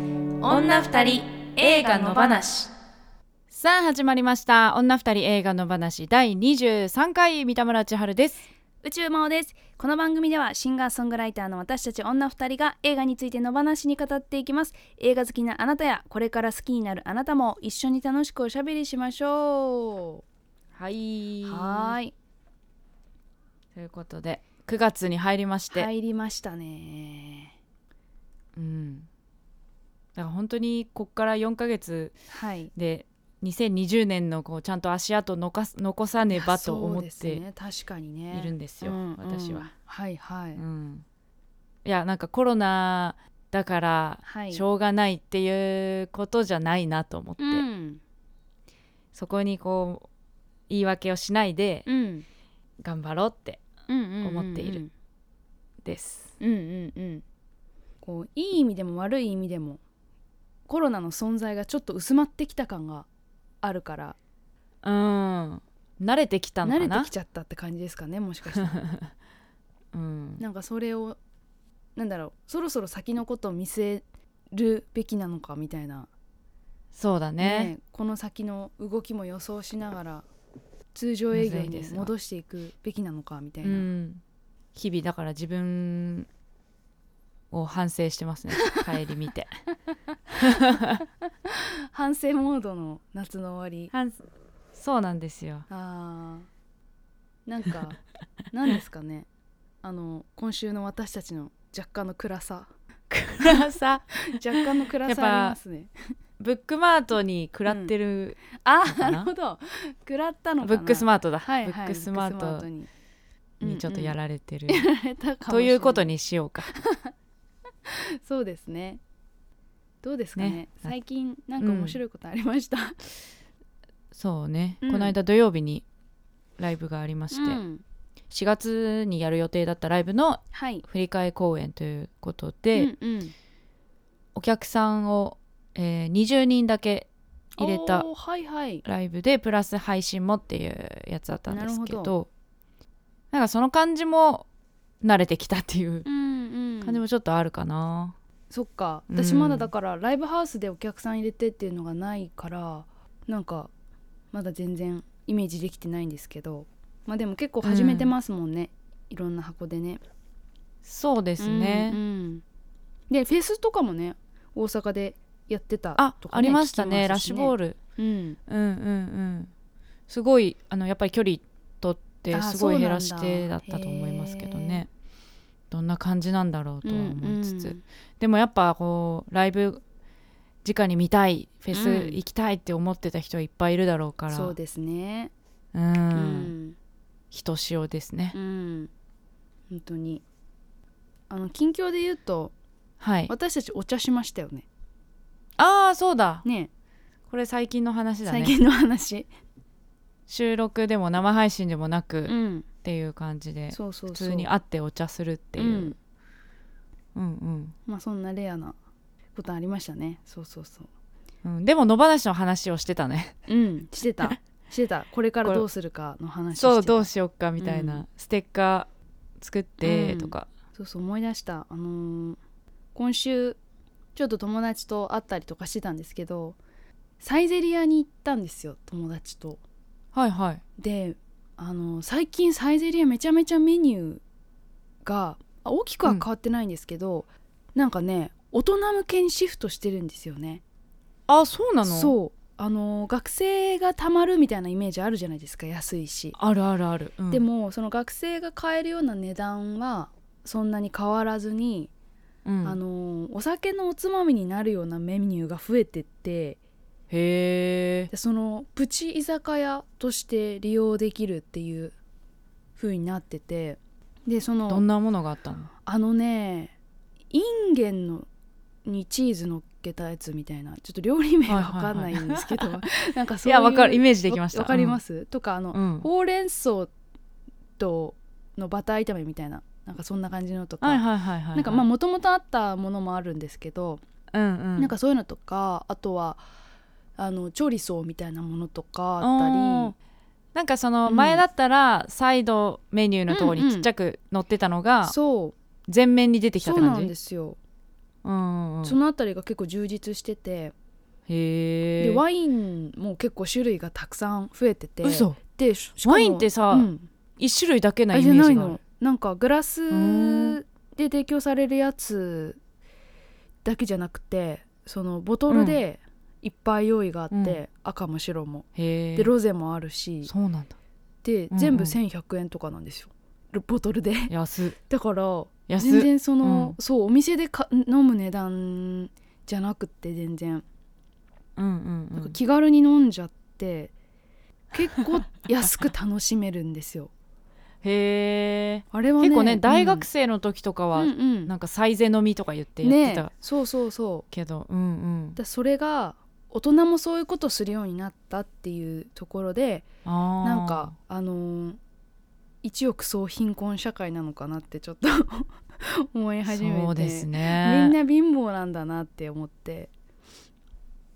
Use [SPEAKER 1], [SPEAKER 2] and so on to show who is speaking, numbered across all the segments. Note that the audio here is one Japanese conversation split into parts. [SPEAKER 1] 女二人映画の話
[SPEAKER 2] さあ始まりました女二人映画の話第23回三田村千春です
[SPEAKER 1] 宇宙魔王ですこの番組ではシンガーソングライターの私たち女二人が映画についての話に語っていきます映画好きなあなたやこれから好きになるあなたも一緒に楽しくおしゃべりしましょ
[SPEAKER 2] はい
[SPEAKER 1] はーい
[SPEAKER 2] ということで9月に入りまして、
[SPEAKER 1] 入りましたね
[SPEAKER 2] うんだから本当にこっから4ヶ月
[SPEAKER 1] はい
[SPEAKER 2] で2020年のこうちゃんと足跡残す残さねばと思っ
[SPEAKER 1] そうです
[SPEAKER 2] て
[SPEAKER 1] ね確かにね
[SPEAKER 2] いるんですよ
[SPEAKER 1] うんうん
[SPEAKER 2] 私は、
[SPEAKER 1] はいはい、
[SPEAKER 2] うんいやなんかコロナだから
[SPEAKER 1] はい
[SPEAKER 2] しょうがないっていうことじゃないなと思って、
[SPEAKER 1] うん
[SPEAKER 2] そこにこう言い訳をしないで
[SPEAKER 1] うん
[SPEAKER 2] 頑張ろうって
[SPEAKER 1] 思
[SPEAKER 2] 思っているです。
[SPEAKER 1] うんうんうんこういい意味でも悪い意味でもコロナの存在がちょっと薄まってきた感があるから
[SPEAKER 2] うん、慣れてきたの
[SPEAKER 1] 慣
[SPEAKER 2] か
[SPEAKER 1] れて
[SPEAKER 2] な
[SPEAKER 1] きちゃったって感じですかねもしかした ら
[SPEAKER 2] うん、
[SPEAKER 1] なんかそれをなんだろうそろそろ先のことを見据えるべきなのかみたいな、
[SPEAKER 2] そうだね
[SPEAKER 1] えこの先の動きも予想しながら通常営業
[SPEAKER 2] むずいで
[SPEAKER 1] に
[SPEAKER 2] すわ
[SPEAKER 1] 戻していくべきなのかみたいうな、
[SPEAKER 2] ん、日々だから自分を反省してますね帰り 見て
[SPEAKER 1] 反省モードの夏の終わり
[SPEAKER 2] そうなんですよ
[SPEAKER 1] あーなん かなんですかねあの今週の私たちの若干の暗 さ
[SPEAKER 2] 暗さ
[SPEAKER 1] 若干の暗
[SPEAKER 2] やっ
[SPEAKER 1] さ
[SPEAKER 2] ぱ
[SPEAKER 1] ありますね
[SPEAKER 2] ブックマートに食らってる、
[SPEAKER 1] あ
[SPEAKER 2] の
[SPEAKER 1] ー
[SPEAKER 2] かな
[SPEAKER 1] なるほど暗ったのか
[SPEAKER 2] ブ
[SPEAKER 1] な
[SPEAKER 2] ックスマートだ、
[SPEAKER 1] はいはい
[SPEAKER 2] ブックスマ
[SPEAKER 1] ブック
[SPEAKER 2] ート
[SPEAKER 1] に
[SPEAKER 2] にちょっとやられてる、
[SPEAKER 1] うんうんや られたかも
[SPEAKER 2] ということ
[SPEAKER 1] に
[SPEAKER 2] にしようか
[SPEAKER 1] そうですねどうですかね
[SPEAKER 2] ね
[SPEAKER 1] 最近なんか面白いことありました、
[SPEAKER 2] そうね、
[SPEAKER 1] うん
[SPEAKER 2] この間土曜日にライブがありまして、
[SPEAKER 1] うん
[SPEAKER 2] 4月にやる予定だったライブの
[SPEAKER 1] はい
[SPEAKER 2] 振り替え公演ということで、
[SPEAKER 1] うんうん
[SPEAKER 2] お客さんを、えー20人だけ入れた
[SPEAKER 1] おーはいはい
[SPEAKER 2] ライブでプラス配信もっていうやつだったんですけど
[SPEAKER 1] なるほ
[SPEAKER 2] なんかその感じも慣れてきたっていう
[SPEAKER 1] うんうん
[SPEAKER 2] 感じもちょっとあるかな、
[SPEAKER 1] そっか
[SPEAKER 2] うん
[SPEAKER 1] 私まだだからライブハウスでお客さん入れてっていうのがないからなんかまだ全然イメージできてないんですけどまあでも結構始めてますもんね、いろんな箱でね。
[SPEAKER 2] そうですね、
[SPEAKER 1] うんうんでフェスとかもね大阪でやってた
[SPEAKER 2] あ、
[SPEAKER 1] とか、
[SPEAKER 2] ありましたねラッシュボー
[SPEAKER 1] ル、
[SPEAKER 2] ル
[SPEAKER 1] うん、
[SPEAKER 2] うんうんうんすごいあのやっぱり距離取って
[SPEAKER 1] あ
[SPEAKER 2] すごい
[SPEAKER 1] そうなんだ
[SPEAKER 2] 減らしてだったと思いますけどねどんな感じなんだろうとは思いつつ、
[SPEAKER 1] うんうん
[SPEAKER 2] でもやっぱこうライブ直に見たいフェス
[SPEAKER 1] うん
[SPEAKER 2] 行きたいって思ってた人いっぱいいるだろうから、
[SPEAKER 1] そうですね
[SPEAKER 2] う
[SPEAKER 1] う
[SPEAKER 2] ん
[SPEAKER 1] ん、
[SPEAKER 2] ひとしおですね、
[SPEAKER 1] うん、本当にあの近況で言うと
[SPEAKER 2] はい
[SPEAKER 1] 私たちお茶しましたよね
[SPEAKER 2] ああそうだ
[SPEAKER 1] ね
[SPEAKER 2] これ最近の話だ
[SPEAKER 1] 最
[SPEAKER 2] ね
[SPEAKER 1] 近の話、
[SPEAKER 2] 収録でも生配信でもなく
[SPEAKER 1] う
[SPEAKER 2] っ
[SPEAKER 1] ん、
[SPEAKER 2] ていう感じで
[SPEAKER 1] そうそうそう
[SPEAKER 2] 普通に会ってお茶するっていう、
[SPEAKER 1] うん
[SPEAKER 2] うん
[SPEAKER 1] まあそんなレアなことありましたねそうそうそう
[SPEAKER 2] うんうんでも野放しの話をしてたね
[SPEAKER 1] うんして たしてたこれから
[SPEAKER 2] これ
[SPEAKER 1] どうするかの 話してた
[SPEAKER 2] そうどうしよっかみたいな、
[SPEAKER 1] うん
[SPEAKER 2] ステッカー作って
[SPEAKER 1] うん
[SPEAKER 2] とか、
[SPEAKER 1] そうそう思い出したあのー今週ちょっと友達と会ったりとかしてたんですけどサイゼリアに行ったんですよ友達と
[SPEAKER 2] はいはい
[SPEAKER 1] であのー最近サイゼリアめちゃめちゃメニューがあ大きくは変わってないんですけど、なんかね大人向けにシフトしてるんですよね
[SPEAKER 2] あそうなのう
[SPEAKER 1] そうあの学生がたまるみたいなイメージあるじゃないですか安いし、
[SPEAKER 2] あるあるある、うん
[SPEAKER 1] でもその学生が買えるような値段はそんなに変わらずに、
[SPEAKER 2] うん
[SPEAKER 1] あのお酒のおつまみになるようなメニューが増えてって
[SPEAKER 2] へえ
[SPEAKER 1] でそのプチ居酒屋として利用できるっていう風になっててでそ
[SPEAKER 2] どん
[SPEAKER 1] の
[SPEAKER 2] なものがあったの
[SPEAKER 1] あのねインゲンのにチーズ乗っけたやつみたいなちょっと料理名が分かんないんですけど、なんか
[SPEAKER 2] い
[SPEAKER 1] そういう
[SPEAKER 2] やわかるイメージできました、
[SPEAKER 1] わわかりますす、とかあの、
[SPEAKER 2] うんうん
[SPEAKER 1] ほうれん草とのバター炒めみたいななんかそんな感じのとか、
[SPEAKER 2] はいはいはいはい
[SPEAKER 1] なんかまあもともとあったものもあるんですけど、
[SPEAKER 2] あ、うんうん、
[SPEAKER 1] なんかそういうのとかあとはあのチョリソーみたいなものとかあったり
[SPEAKER 2] おーなんかその
[SPEAKER 1] うん
[SPEAKER 2] 前だったらサイドメニューのところにちっちゃく載ってたのが
[SPEAKER 1] そう
[SPEAKER 2] 全面に出てきた
[SPEAKER 1] そ
[SPEAKER 2] って
[SPEAKER 1] う
[SPEAKER 2] 感じ、
[SPEAKER 1] なんですよ
[SPEAKER 2] うんうん
[SPEAKER 1] そのあたりが結構充実してて、
[SPEAKER 2] へ
[SPEAKER 1] で
[SPEAKER 2] え
[SPEAKER 1] ワインも結構種類がたくさん増えてて
[SPEAKER 2] 嘘
[SPEAKER 1] でししかも
[SPEAKER 2] ワインってさ、
[SPEAKER 1] うん
[SPEAKER 2] 一種類だけな
[SPEAKER 1] あ
[SPEAKER 2] イ
[SPEAKER 1] じ
[SPEAKER 2] メ
[SPEAKER 1] ゃ
[SPEAKER 2] ージが
[SPEAKER 1] な
[SPEAKER 2] あ
[SPEAKER 1] い
[SPEAKER 2] る
[SPEAKER 1] のなんかグラス
[SPEAKER 2] ん
[SPEAKER 1] で提供されるやつだけじゃなくてそのボトルでいっぱい用意があって、
[SPEAKER 2] うん
[SPEAKER 1] 赤も白も
[SPEAKER 2] へえ
[SPEAKER 1] でロゼもあるし
[SPEAKER 2] そうなんだ
[SPEAKER 1] で
[SPEAKER 2] んうん
[SPEAKER 1] 全部1100円とかなんですよ、ボトルで
[SPEAKER 2] 安
[SPEAKER 1] だから
[SPEAKER 2] 安
[SPEAKER 1] 全然その、
[SPEAKER 2] う
[SPEAKER 1] そうお店でか飲む値段じゃなくって全然
[SPEAKER 2] うんうんう
[SPEAKER 1] なん
[SPEAKER 2] ん
[SPEAKER 1] か気軽に飲んじゃって、結構安く楽しめるんですよ
[SPEAKER 2] へえ
[SPEAKER 1] あれはね
[SPEAKER 2] 結構ね大
[SPEAKER 1] うん
[SPEAKER 2] 学生の時とかは、
[SPEAKER 1] うんうん
[SPEAKER 2] なんかサイゼ飲みとか言ってやって
[SPEAKER 1] ね
[SPEAKER 2] た
[SPEAKER 1] そうそうそう
[SPEAKER 2] けど、うんうん
[SPEAKER 1] だそれが大人もそういうことするようになったっていうところで
[SPEAKER 2] あー
[SPEAKER 1] なんかあのー一億総貧困社会なのかなってちょっと 思い始めて
[SPEAKER 2] そうです
[SPEAKER 1] み
[SPEAKER 2] ね
[SPEAKER 1] んな貧乏なんだなって思って、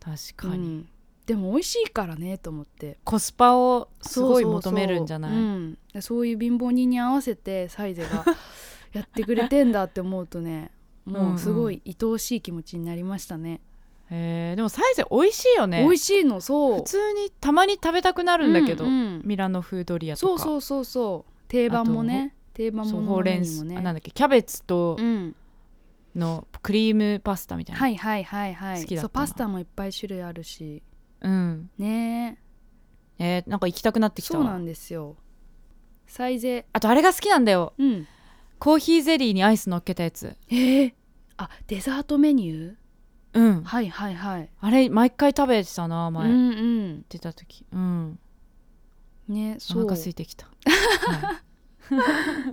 [SPEAKER 2] 確かに、
[SPEAKER 1] うんでも美味しいからねと思って
[SPEAKER 2] コスパをす
[SPEAKER 1] そうそ
[SPEAKER 2] ごい
[SPEAKER 1] うそう
[SPEAKER 2] 求めるんじゃない
[SPEAKER 1] うんでそういう貧乏人に合わせてサイゼが やってくれてんだって思うとねもうすごい愛おしい気持ちになりましたね、
[SPEAKER 2] へえでもサイゼ美味しいよね
[SPEAKER 1] 美味しいのそう
[SPEAKER 2] 普通にたまに食べたくなるんだけど、
[SPEAKER 1] ううん
[SPEAKER 2] ミラノ風ドリアと
[SPEAKER 1] そう
[SPEAKER 2] か
[SPEAKER 1] そうそうそう定番もね定番
[SPEAKER 2] そ
[SPEAKER 1] も
[SPEAKER 2] う
[SPEAKER 1] の
[SPEAKER 2] ほうれん
[SPEAKER 1] メニュー
[SPEAKER 2] 草、
[SPEAKER 1] もね
[SPEAKER 2] あなんだっけキャベツと
[SPEAKER 1] うん
[SPEAKER 2] のクリームパスタみたいな、
[SPEAKER 1] はいはいはいはい
[SPEAKER 2] 好きだったな
[SPEAKER 1] そうパスタもいっぱい種類あるし
[SPEAKER 2] うん
[SPEAKER 1] ね
[SPEAKER 2] えーなんか行きたくなっ
[SPEAKER 1] え
[SPEAKER 2] てきた
[SPEAKER 1] そうな
[SPEAKER 2] わ
[SPEAKER 1] んですよサイゼ
[SPEAKER 2] あとあれが好きなんだよ
[SPEAKER 1] うん
[SPEAKER 2] コーヒーゼリーにアイス乗っけたやつ
[SPEAKER 1] えーあデザートメニュー
[SPEAKER 2] うん
[SPEAKER 1] はいはいはい
[SPEAKER 2] あれ毎回食べてたな
[SPEAKER 1] う
[SPEAKER 2] 前、行
[SPEAKER 1] ん
[SPEAKER 2] っ
[SPEAKER 1] うん
[SPEAKER 2] てた時うん
[SPEAKER 1] ね
[SPEAKER 2] お
[SPEAKER 1] そう
[SPEAKER 2] 腹空いて きた、はい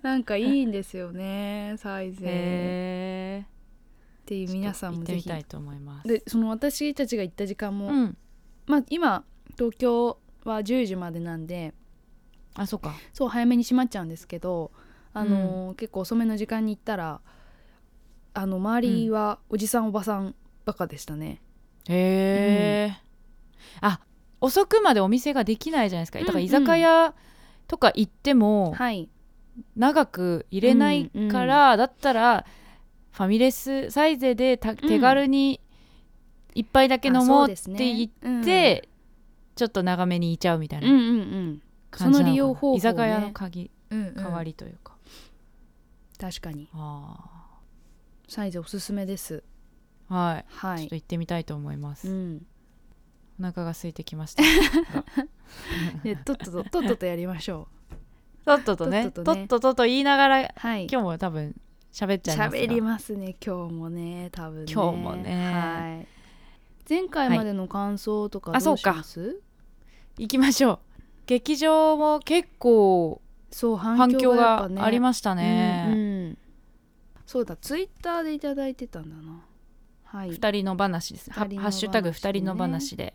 [SPEAKER 1] なんかいいんですよねサイゼっ
[SPEAKER 2] へえ
[SPEAKER 1] ていう皆さん
[SPEAKER 2] 行
[SPEAKER 1] も
[SPEAKER 2] って
[SPEAKER 1] ぜ
[SPEAKER 2] み
[SPEAKER 1] ひ
[SPEAKER 2] たいと思います
[SPEAKER 1] でその私たちが行った時間も、
[SPEAKER 2] うん
[SPEAKER 1] まあ今東京は10時までなんで
[SPEAKER 2] あそうか
[SPEAKER 1] そう早めに閉まっちゃうんですけど、あのー結構遅めの時間に行ったらあの周りはおじさんおばさんばかでしたね。
[SPEAKER 2] へえ、あ遅くまでお店ができないじゃないですか、だから居酒屋とか行っても
[SPEAKER 1] はい、
[SPEAKER 2] 長く入れないから、だったらファミレスサイゼでた手軽に一杯だけ飲もうって言っ
[SPEAKER 1] 言
[SPEAKER 2] て、ちょっと長めにいちゃうみたい
[SPEAKER 1] うんう
[SPEAKER 2] なん
[SPEAKER 1] うん
[SPEAKER 2] 感じなのかな
[SPEAKER 1] その利用方法をね
[SPEAKER 2] 居酒屋の鍵
[SPEAKER 1] うんうん、
[SPEAKER 2] 代わりというか、
[SPEAKER 1] 確かに
[SPEAKER 2] あ
[SPEAKER 1] サイズおすすめです。
[SPEAKER 2] ーはい、
[SPEAKER 1] は
[SPEAKER 2] ちょっ
[SPEAKER 1] い
[SPEAKER 2] と行ってみたいと思います、
[SPEAKER 1] うん、
[SPEAKER 2] お腹が空いてきました
[SPEAKER 1] でとっとと とっととやりましょ
[SPEAKER 2] とっととね
[SPEAKER 1] と
[SPEAKER 2] と
[SPEAKER 1] っ
[SPEAKER 2] っ
[SPEAKER 1] と
[SPEAKER 2] と
[SPEAKER 1] とね
[SPEAKER 2] とと言いながら
[SPEAKER 1] う。はい。
[SPEAKER 2] 今日も多分喋っちゃいますが
[SPEAKER 1] 喋りますね今日もね多分ね。
[SPEAKER 2] 今日もね
[SPEAKER 1] はい。前回までの感想とか
[SPEAKER 2] あ
[SPEAKER 1] ど
[SPEAKER 2] そうう
[SPEAKER 1] し
[SPEAKER 2] か
[SPEAKER 1] ます？
[SPEAKER 2] 行きましょう劇場も結構
[SPEAKER 1] そう
[SPEAKER 2] 反
[SPEAKER 1] 反響
[SPEAKER 2] 響
[SPEAKER 1] がやっ
[SPEAKER 2] が
[SPEAKER 1] ぱね
[SPEAKER 2] ありましたね
[SPEAKER 1] うんうんそうだツイッターでいただいてたんだなはい
[SPEAKER 2] 二人の話ですねは
[SPEAKER 1] 二人の話ね
[SPEAKER 2] ハッシュタグ二人の話で、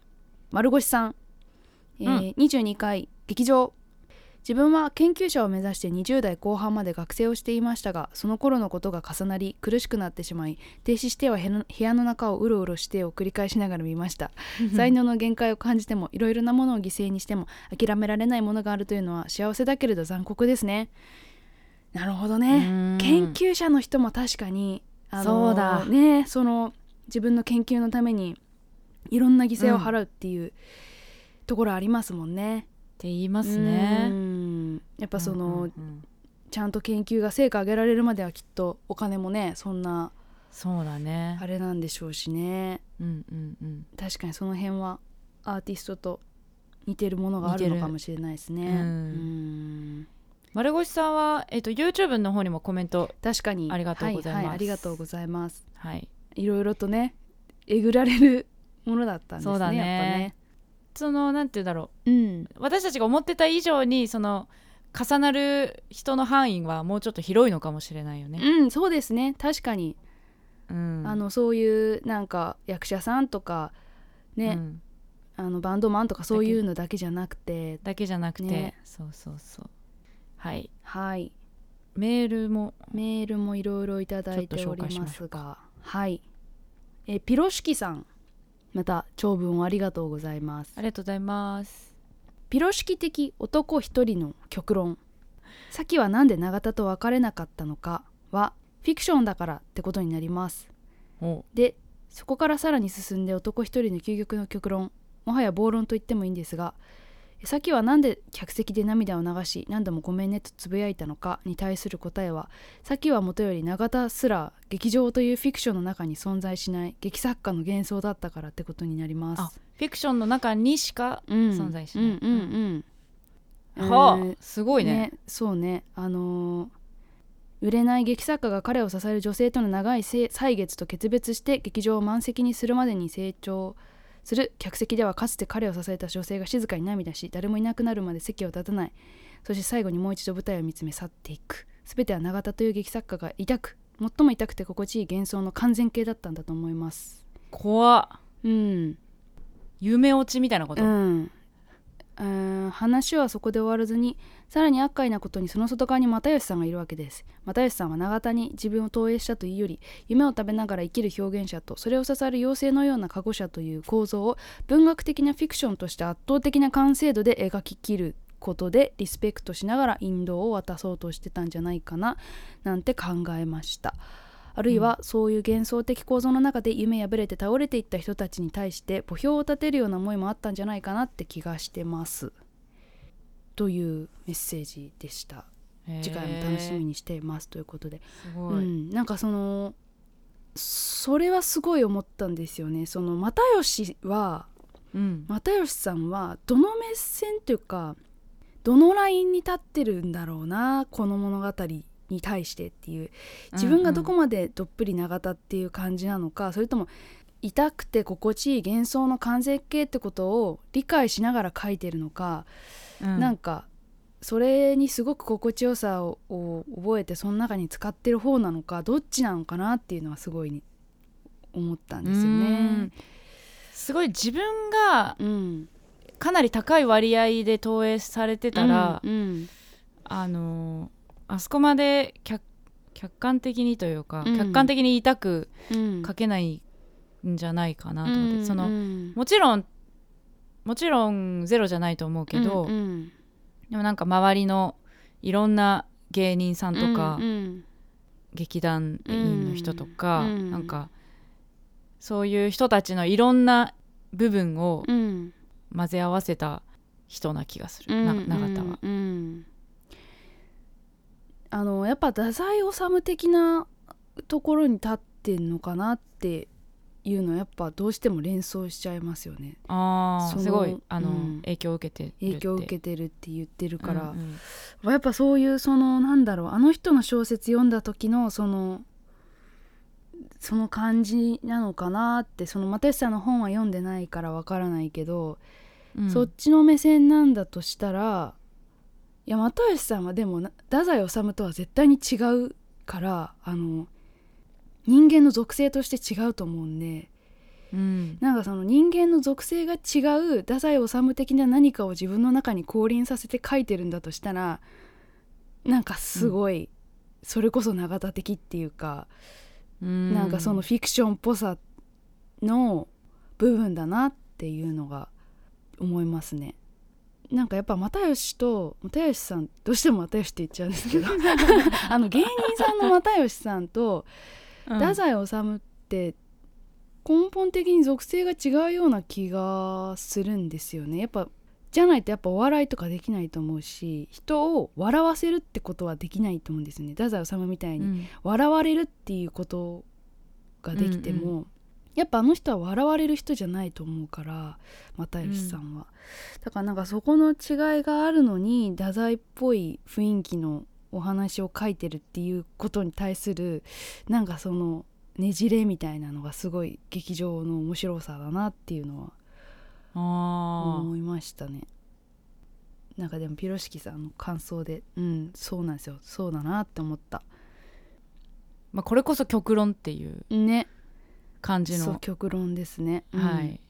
[SPEAKER 1] 丸越さん、えー22回劇場自分は研究者を目指して20代後半まで学生をしていましたがその頃のことが重なり苦しくなってしまい停止しては部屋の部屋の中をうろうろしてを繰り返しながら見ました 才能の限界を感じてもいろいろなものを犠牲にしても諦められないものがあるというのは幸せだけれど残酷ですねなるほどね、
[SPEAKER 2] うん
[SPEAKER 1] 研究者の人も確かにあの
[SPEAKER 2] そうだ
[SPEAKER 1] ねその自分の研究のためにいろんな犠牲を払うっていうところありますもんね。
[SPEAKER 2] って言います
[SPEAKER 1] う
[SPEAKER 2] ね
[SPEAKER 1] んやっぱその、
[SPEAKER 2] うんうんうん
[SPEAKER 1] ちゃんと研究が成果上げられるまではきっとお金もねそんな
[SPEAKER 2] そうだね
[SPEAKER 1] あれなんでしょうしね
[SPEAKER 2] うんうんうん
[SPEAKER 1] 確かにその辺はアーティストと似てるものがある
[SPEAKER 2] 似て
[SPEAKER 1] の
[SPEAKER 2] る
[SPEAKER 1] かもしれないですね。
[SPEAKER 2] うん
[SPEAKER 1] うん
[SPEAKER 2] 丸越さんは、えっと YouTube の方にもコメント、
[SPEAKER 1] 確かに
[SPEAKER 2] ありがとうございます
[SPEAKER 1] ははありがとうございます。
[SPEAKER 2] はい、
[SPEAKER 1] いろいろとねえぐられるものだったんですね
[SPEAKER 2] そうだね
[SPEAKER 1] やっぱね。
[SPEAKER 2] そのなんて言うんだろ
[SPEAKER 1] うん、
[SPEAKER 2] う私たちが思ってた以上にその重なる人の範囲はもうちょっと広いのかもしれないよね、
[SPEAKER 1] うん、そうですね確かに、
[SPEAKER 2] うん、
[SPEAKER 1] あのそういうなんか役者さんとか
[SPEAKER 2] う
[SPEAKER 1] ね、
[SPEAKER 2] ん
[SPEAKER 1] あのバンドマンとかそういうのだけじゃなくて
[SPEAKER 2] だけじゃなくて、
[SPEAKER 1] ね
[SPEAKER 2] そうそうそうはい
[SPEAKER 1] はい
[SPEAKER 2] メールも
[SPEAKER 1] メールもいろいろいただいて
[SPEAKER 2] ちょ
[SPEAKER 1] お
[SPEAKER 2] っと紹介
[SPEAKER 1] り
[SPEAKER 2] し
[SPEAKER 1] ま
[SPEAKER 2] ましょ
[SPEAKER 1] す
[SPEAKER 2] う
[SPEAKER 1] がはいえピロシキさんまた長文をありがとうございます
[SPEAKER 2] ありがとうございます
[SPEAKER 1] ピロシキ的男一人の極論さきはなんで永田と別れなかったのかはフィクションだからってことになります
[SPEAKER 2] お
[SPEAKER 1] でそこからさらに進んで男一人の究極の極論もはや暴論と言ってもいいんですがさっきはなんで客席で涙を流し何度もごめんねとつぶやいたのかに対する答えはさっきはもとより永田すら劇場というフィクションの中に存在しない劇作家の幻想だったからってことになりま
[SPEAKER 2] あ
[SPEAKER 1] す。
[SPEAKER 2] フィクションの中にしか
[SPEAKER 1] うん
[SPEAKER 2] 存在しない
[SPEAKER 1] うんうんうん。
[SPEAKER 2] はあ、
[SPEAKER 1] えー
[SPEAKER 2] すごいね
[SPEAKER 1] そうねあのー売れない劇作家が彼を支える女性との長いせ歳月と決別して劇場を満席にするまでに成長する客席ではかつて彼を支えた女性が静かに涙し誰もいなくなるまで席を立たないそして最後にもう一度舞台を見つめ去っていく全ては永田という劇作家が痛く最も痛くて心地いい幻想の完全形だったんだと思います
[SPEAKER 2] 怖っ
[SPEAKER 1] うん
[SPEAKER 2] 夢落ちみたいなこと、
[SPEAKER 1] うんうーん話はそこで終わらずにさらに厄介なことにその外側に又吉さんがいるわけです又吉さんは永田に自分を投影したというより夢を食べながら生きる表現者とそれを支える妖精のような過去者という構造を文学的なフィクションとして圧倒的な完成度で描ききることでリスペクトしながら引導を渡そうとしてたんじゃないかななんて考えましたあるいはそういう幻想的構造の中で夢破れて倒れていった人たちに対して墓標を立てるような思いもあったんじゃないかなって気がしてますというメッセージでした
[SPEAKER 2] へー
[SPEAKER 1] 次回も楽しみにしていますということです
[SPEAKER 2] ご
[SPEAKER 1] う
[SPEAKER 2] い、
[SPEAKER 1] ん、なんかそのそれはすごい思ったんですよねその又吉は
[SPEAKER 2] うん
[SPEAKER 1] 又吉さんはどの目線というかどのラインに立ってるんだろうなこの物語に対してっていう自分がどこまでどっぷり永田っていう感じなのか、それとも痛くて心地いい幻想の完成形ってことを理解しながら書いてるのか、
[SPEAKER 2] うん
[SPEAKER 1] なんかそれにすごく心地よさをを覚えてその中に使ってる方なのかどっちなのかなっていうのはすごい思ったんですよね。
[SPEAKER 2] すごい自分が
[SPEAKER 1] うん、
[SPEAKER 2] かなり高い割合で投影されてたら、
[SPEAKER 1] うんうん
[SPEAKER 2] あのーあそこまで客客観的にというか、
[SPEAKER 1] うん
[SPEAKER 2] 客観的に痛く
[SPEAKER 1] うん
[SPEAKER 2] 書けないんじゃないかなと思って、
[SPEAKER 1] うん
[SPEAKER 2] その
[SPEAKER 1] うん
[SPEAKER 2] もちろんもちろんゼロじゃないと思うけど、
[SPEAKER 1] うんうん
[SPEAKER 2] でもなんか周りのいろんな芸人さんとか、
[SPEAKER 1] うん
[SPEAKER 2] 劇団員の人とか、
[SPEAKER 1] うん
[SPEAKER 2] なんかそういう人たちのいろんな部分を
[SPEAKER 1] うん
[SPEAKER 2] 混ぜ合わせた人な気がする、
[SPEAKER 1] うん
[SPEAKER 2] な永田は。
[SPEAKER 1] うんうんあのやっぱ太宰治的なところに立ってんのかなっていうのはやっぱどうしても連想しちゃいますよね
[SPEAKER 2] あ
[SPEAKER 1] そ
[SPEAKER 2] あ
[SPEAKER 1] の
[SPEAKER 2] すごいあの、
[SPEAKER 1] うん
[SPEAKER 2] 影響を受けてるって
[SPEAKER 1] 影響を受けてるって言ってるから、
[SPEAKER 2] うんうん
[SPEAKER 1] やっぱそういうそのなんだろうあの人の小説読んだ時のそのその感じなのかなってその又吉さんの本は読んでないからわからないけど、
[SPEAKER 2] うん
[SPEAKER 1] そっちの目線なんだとしたらいや又吉さんはでもな太宰治とは絶対に違うからあの人間の属性として違うと思うんで
[SPEAKER 2] うん
[SPEAKER 1] なんかその人間の属性が違う太宰治的な何かを自分の中に降臨させて書いてるんだとしたらなんかすごい、それこそ永田的っていうか、
[SPEAKER 2] うん
[SPEAKER 1] なんかそのフィクションっぽさの部分だなっていうのが思いますね。なんかやっぱ又吉と又吉さんどうしても又吉って言っちゃうんですけ どあの芸人さんの又吉さんと
[SPEAKER 2] うん
[SPEAKER 1] 太宰治って根本的に属性が違うような気がするんですよねやっぱじゃないとやっぱお笑いとかできないと思うし人を笑わせるってことはできないと思うんですよね太宰治みたいうに
[SPEAKER 2] ん
[SPEAKER 1] 笑われるっていうことができても、
[SPEAKER 2] うん
[SPEAKER 1] やっぱあの人は笑われる人じゃないと思うから又吉さんは、だからなんかそこの違いがあるのに太宰っぽい雰囲気のお話を書いてるっていうことに対するなんかそのねじれみたいなのがすごい劇場の面白さだなっていうのは
[SPEAKER 2] あー
[SPEAKER 1] 思いましたねなんかでもピロシキさんの感想でうんそうなんですよそうだなって思った
[SPEAKER 2] まあ、これこそ極論っていう
[SPEAKER 1] ね
[SPEAKER 2] 感じ
[SPEAKER 1] そう
[SPEAKER 2] の、
[SPEAKER 1] 極論ですね、うん
[SPEAKER 2] はい、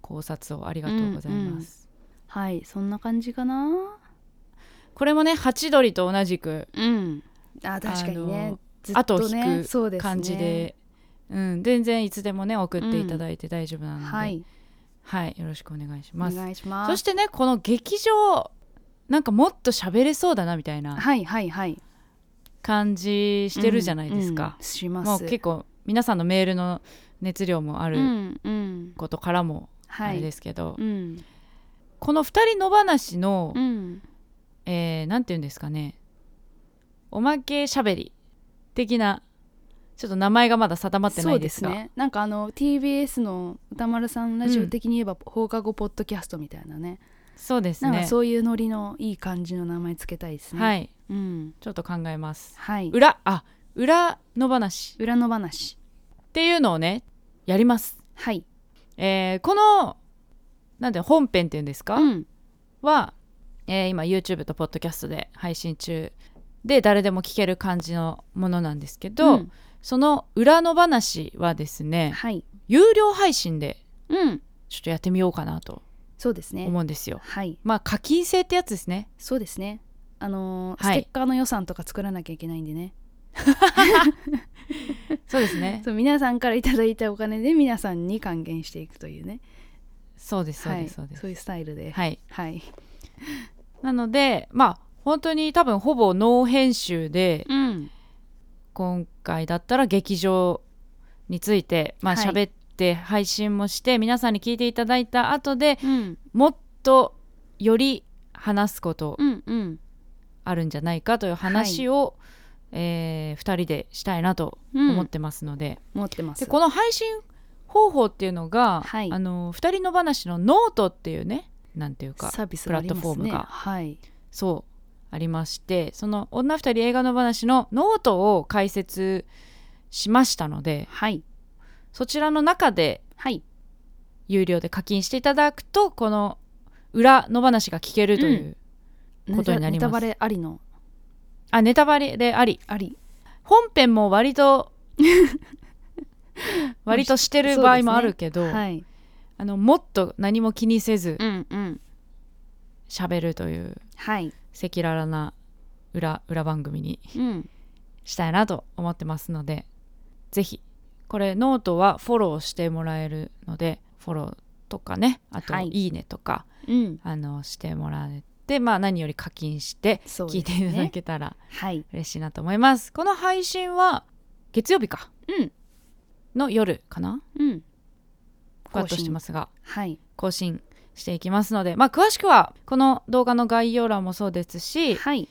[SPEAKER 2] 考察をありがとうございます。
[SPEAKER 1] はいそんな感じかな
[SPEAKER 2] これもねハチドリと同じく
[SPEAKER 1] うんあ確かに
[SPEAKER 2] あ
[SPEAKER 1] ね
[SPEAKER 2] の
[SPEAKER 1] ずっと
[SPEAKER 2] 後を
[SPEAKER 1] ね
[SPEAKER 2] 引く
[SPEAKER 1] そうですね
[SPEAKER 2] 感じでうん、全然いつでもね送っていただいて大丈夫なので、
[SPEAKER 1] は、い
[SPEAKER 2] はい、よろしくお願いし
[SPEAKER 1] お
[SPEAKER 2] ます。
[SPEAKER 1] 願いします
[SPEAKER 2] そしてねこの劇場なんかもっと喋れそうだなみたいな
[SPEAKER 1] はいはいはい
[SPEAKER 2] 感じしてるじゃないです
[SPEAKER 1] うん
[SPEAKER 2] か
[SPEAKER 1] うん、、します
[SPEAKER 2] もう結構皆さんのメールの熱量もあ
[SPEAKER 1] う
[SPEAKER 2] る
[SPEAKER 1] んうん
[SPEAKER 2] ことからもあ
[SPEAKER 1] は
[SPEAKER 2] れ
[SPEAKER 1] い
[SPEAKER 2] ですけど、
[SPEAKER 1] うん
[SPEAKER 2] この二人野放しの、
[SPEAKER 1] うん
[SPEAKER 2] えーなんて言うんですかねおまけしゃべり的なちょっと名前がまだ定まってな
[SPEAKER 1] そう
[SPEAKER 2] い
[SPEAKER 1] で
[SPEAKER 2] です
[SPEAKER 1] す
[SPEAKER 2] が
[SPEAKER 1] ねなんかあの TBS の歌丸さんラジオ的に言えば、放課後ポッドキャストみたいなね
[SPEAKER 2] そうです
[SPEAKER 1] なんか
[SPEAKER 2] ね
[SPEAKER 1] そういうノリのいい感じの名前つけたいですね、
[SPEAKER 2] はいい
[SPEAKER 1] うん
[SPEAKER 2] ちょっと考えます
[SPEAKER 1] はい、
[SPEAKER 2] 裏あ裏野放し
[SPEAKER 1] 裏の話
[SPEAKER 2] っていうのをねやります
[SPEAKER 1] はい
[SPEAKER 2] えーこのなんて本編っていうんですか、
[SPEAKER 1] うん
[SPEAKER 2] は、えー今 YouTube と Podcast で配信中で誰でも聞ける感じのものなんですけど、
[SPEAKER 1] うん
[SPEAKER 2] その裏の話はですね
[SPEAKER 1] はい
[SPEAKER 2] 有料配信で
[SPEAKER 1] うん
[SPEAKER 2] ちょっとやってみようかなと
[SPEAKER 1] そうですね
[SPEAKER 2] 思うんですよ。
[SPEAKER 1] はい
[SPEAKER 2] まあ課金制ってやつですね。
[SPEAKER 1] そうですねあのー
[SPEAKER 2] はい
[SPEAKER 1] ステッカーの予算とか作らなきゃいけないんでね
[SPEAKER 2] そうですね。
[SPEAKER 1] そう皆さんからいただいたお金で皆さんに還元していくというね
[SPEAKER 2] そうですそう
[SPEAKER 1] は
[SPEAKER 2] で
[SPEAKER 1] い
[SPEAKER 2] すそうです。
[SPEAKER 1] そういうスタイルではい、
[SPEAKER 2] はい。なのでまあ本当に多分ほぼノー編集で
[SPEAKER 1] うん
[SPEAKER 2] 今回だったら劇場についてまあ
[SPEAKER 1] はい
[SPEAKER 2] 喋って配信もして、皆さんに聞いていただいた後で
[SPEAKER 1] うん
[SPEAKER 2] もっとより話すこと
[SPEAKER 1] うんうん
[SPEAKER 2] あるんじゃないかという話を、え2人でしたいなと思ってますので,、
[SPEAKER 1] 持ってます
[SPEAKER 2] でこの配信方法っていうのが、
[SPEAKER 1] はい
[SPEAKER 2] あの2人の話のノートっていうねなんていうか
[SPEAKER 1] サービスがありますね
[SPEAKER 2] プラットフォームが
[SPEAKER 1] はい
[SPEAKER 2] そうありましてその「女2人映画の話」のノートを解説しましたので
[SPEAKER 1] はい
[SPEAKER 2] そちらの中で
[SPEAKER 1] はい
[SPEAKER 2] 有料で課金していただくとこの裏の話が聞けるという、ことにな
[SPEAKER 1] ネタネ
[SPEAKER 2] ります
[SPEAKER 1] タバレありの
[SPEAKER 2] あネタバレであり
[SPEAKER 1] あり
[SPEAKER 2] 本編も割 と割としてる場合もあるけど、
[SPEAKER 1] はい
[SPEAKER 2] あのもっと何も気にせず
[SPEAKER 1] うんうん
[SPEAKER 2] 喋るという
[SPEAKER 1] はい
[SPEAKER 2] 赤裸々な裏裏番組に
[SPEAKER 1] うん
[SPEAKER 2] したいなと思ってますのでぜひこれノートはフォローしてもらえるのでフォローとかねあと「
[SPEAKER 1] はい
[SPEAKER 2] いいね」とか、
[SPEAKER 1] うん
[SPEAKER 2] あのしてもらえて、まあ、何より課金して
[SPEAKER 1] そう
[SPEAKER 2] 聞い
[SPEAKER 1] です
[SPEAKER 2] て
[SPEAKER 1] ね
[SPEAKER 2] いただけたら
[SPEAKER 1] はい
[SPEAKER 2] 嬉しいなと思います。この配信は月曜日か、
[SPEAKER 1] うん
[SPEAKER 2] の夜かな
[SPEAKER 1] うん
[SPEAKER 2] ふわっとしてますが
[SPEAKER 1] はい
[SPEAKER 2] 更新していきますので、まあ、詳しくはこの動画の概要欄もそうですし、
[SPEAKER 1] はい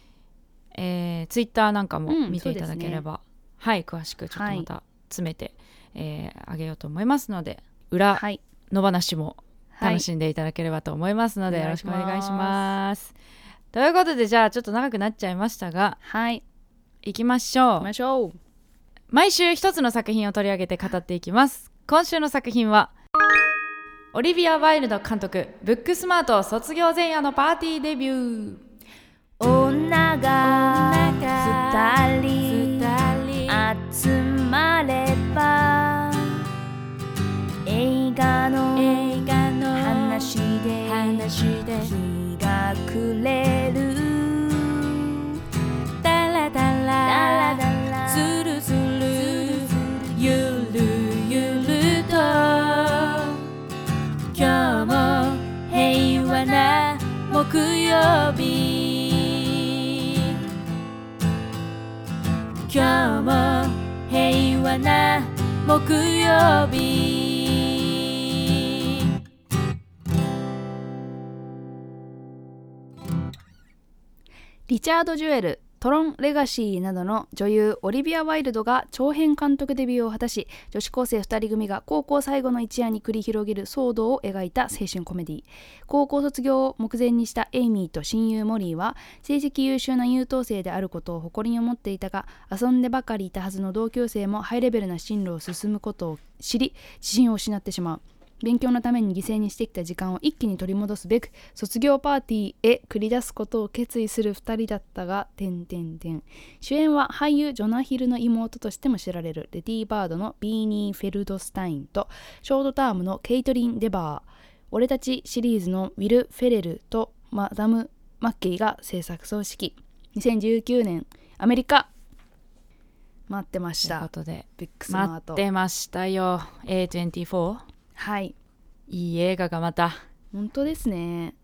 [SPEAKER 2] えー、ツイッターなんかも
[SPEAKER 1] うん
[SPEAKER 2] 見ていただければ、はい詳しくちょっとまた詰めて、えーあげようと思いますので裏
[SPEAKER 1] はい
[SPEAKER 2] の話も
[SPEAKER 1] はい
[SPEAKER 2] 楽しんでいただければと思いますので、
[SPEAKER 1] はい
[SPEAKER 2] よろしくお願いします。ということでじゃあちょっと長くなっちゃいましたが
[SPEAKER 1] はい
[SPEAKER 2] 行きましょ
[SPEAKER 1] 行き
[SPEAKER 2] う
[SPEAKER 1] ましょう
[SPEAKER 2] 毎週一つの作品を取り上げて語っていきます今週の作品はオリビア・ワイルド監督ブックスマート卒業前夜のパーティーデビュー
[SPEAKER 1] 女が二人集まれば映画の話で日が暮れる
[SPEAKER 2] ダラダ
[SPEAKER 1] ダラ
[SPEAKER 2] ラ
[SPEAKER 1] ダラ
[SPEAKER 2] ズルズルゆるゆると今日も平和な木曜日今日も平和な木曜日
[SPEAKER 1] リチャード・ジュエル、トロン・レガシーなどの女優オリビア・ワイルドが長編監督デビューを果たし、女子高生2人組が高校最後の一夜に繰り広げる騒動を描いた青春コメディ。高校卒業を目前にしたエイミーと親友モリーは、成績優秀な優等生であることを誇りに思っていたが、遊んでばかりいたはずの同級生もハイレベルな進路を進むことを知り、自信を失ってしまう。勉強のために犠牲にしてきた時間を一気に取り戻すべく卒業パーティーへ繰り出すことを決意する2人だったが点点点主演は俳優ジョナヒルの妹としても知られるレディー・バードのビーニー・フェルドスタインとショートタームのケイトリン・デバー「俺たち」シリーズのウィル・フェレルとマダム・マッケイが制作総指揮2019年アメリカ待ってまし
[SPEAKER 2] というこ
[SPEAKER 1] た
[SPEAKER 2] とで
[SPEAKER 1] ビッグスマ
[SPEAKER 2] 待
[SPEAKER 1] ー
[SPEAKER 2] っ
[SPEAKER 1] ト
[SPEAKER 2] てましたよ A24
[SPEAKER 1] はい
[SPEAKER 2] いい映画がまた
[SPEAKER 1] 本当ですね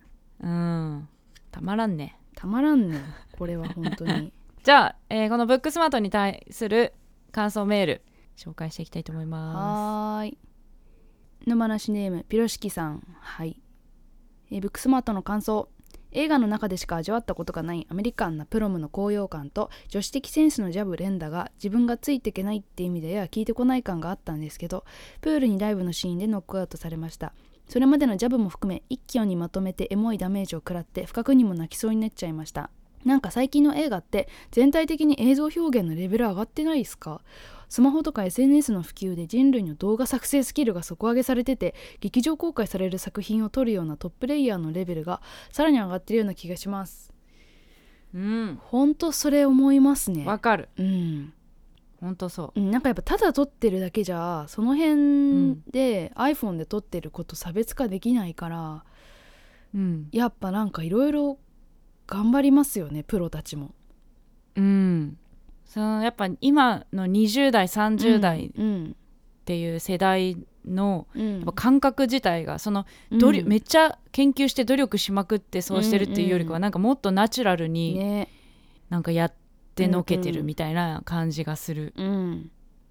[SPEAKER 2] うんたまらんね
[SPEAKER 1] たまらんねこれは本当に
[SPEAKER 2] じゃあ、えーこのブックスマートに対する感想メール紹介していきたいと思います。
[SPEAKER 1] はーい沼梨ネームピロシキさんはい、えーブックスマートの感想映画の中でしか味わったことがないアメリカンなプロムの高揚感と女子的センスのジャブ連打が自分がついていけないって意味でや聞いてこない感があったんですけどプールにライブのシーンでノックアウトされましたそれまでのジャブも含め一挙にまとめてエモいダメージを食らって不覚にも泣きそうになっちゃいましたなんか最近の映画って全体的に映像表現のレベル上がってないですかスマホとか SNS の普及で人類の動画作成スキルが底上げされてて劇場公開される作品を撮るようなトップレイヤーのレベルがさらに上がってるような気がします
[SPEAKER 2] うん、
[SPEAKER 1] ほんとそれ思いますね
[SPEAKER 2] わかる。
[SPEAKER 1] うん、
[SPEAKER 2] 本当そ
[SPEAKER 1] う
[SPEAKER 2] う。
[SPEAKER 1] んなんかやっぱただ撮ってるだけじゃその辺で iPhone で撮ってること差別化できないから
[SPEAKER 2] うん、
[SPEAKER 1] やっぱなんかいろいろ頑張りますよねプロたちも。
[SPEAKER 2] うん、そのやっぱ今の20代30代っ
[SPEAKER 1] うん
[SPEAKER 2] ていう世代の
[SPEAKER 1] うん
[SPEAKER 2] やっぱ感覚自体がその努力、めっちゃ研究して努力しまくってそうしてるっていうより
[SPEAKER 1] う
[SPEAKER 2] か
[SPEAKER 1] んう
[SPEAKER 2] は
[SPEAKER 1] ん
[SPEAKER 2] なんかもっとナチュラルに
[SPEAKER 1] ね、
[SPEAKER 2] なんかやってのけて
[SPEAKER 1] うんう
[SPEAKER 2] る
[SPEAKER 1] ん
[SPEAKER 2] みたいな感じがする
[SPEAKER 1] うん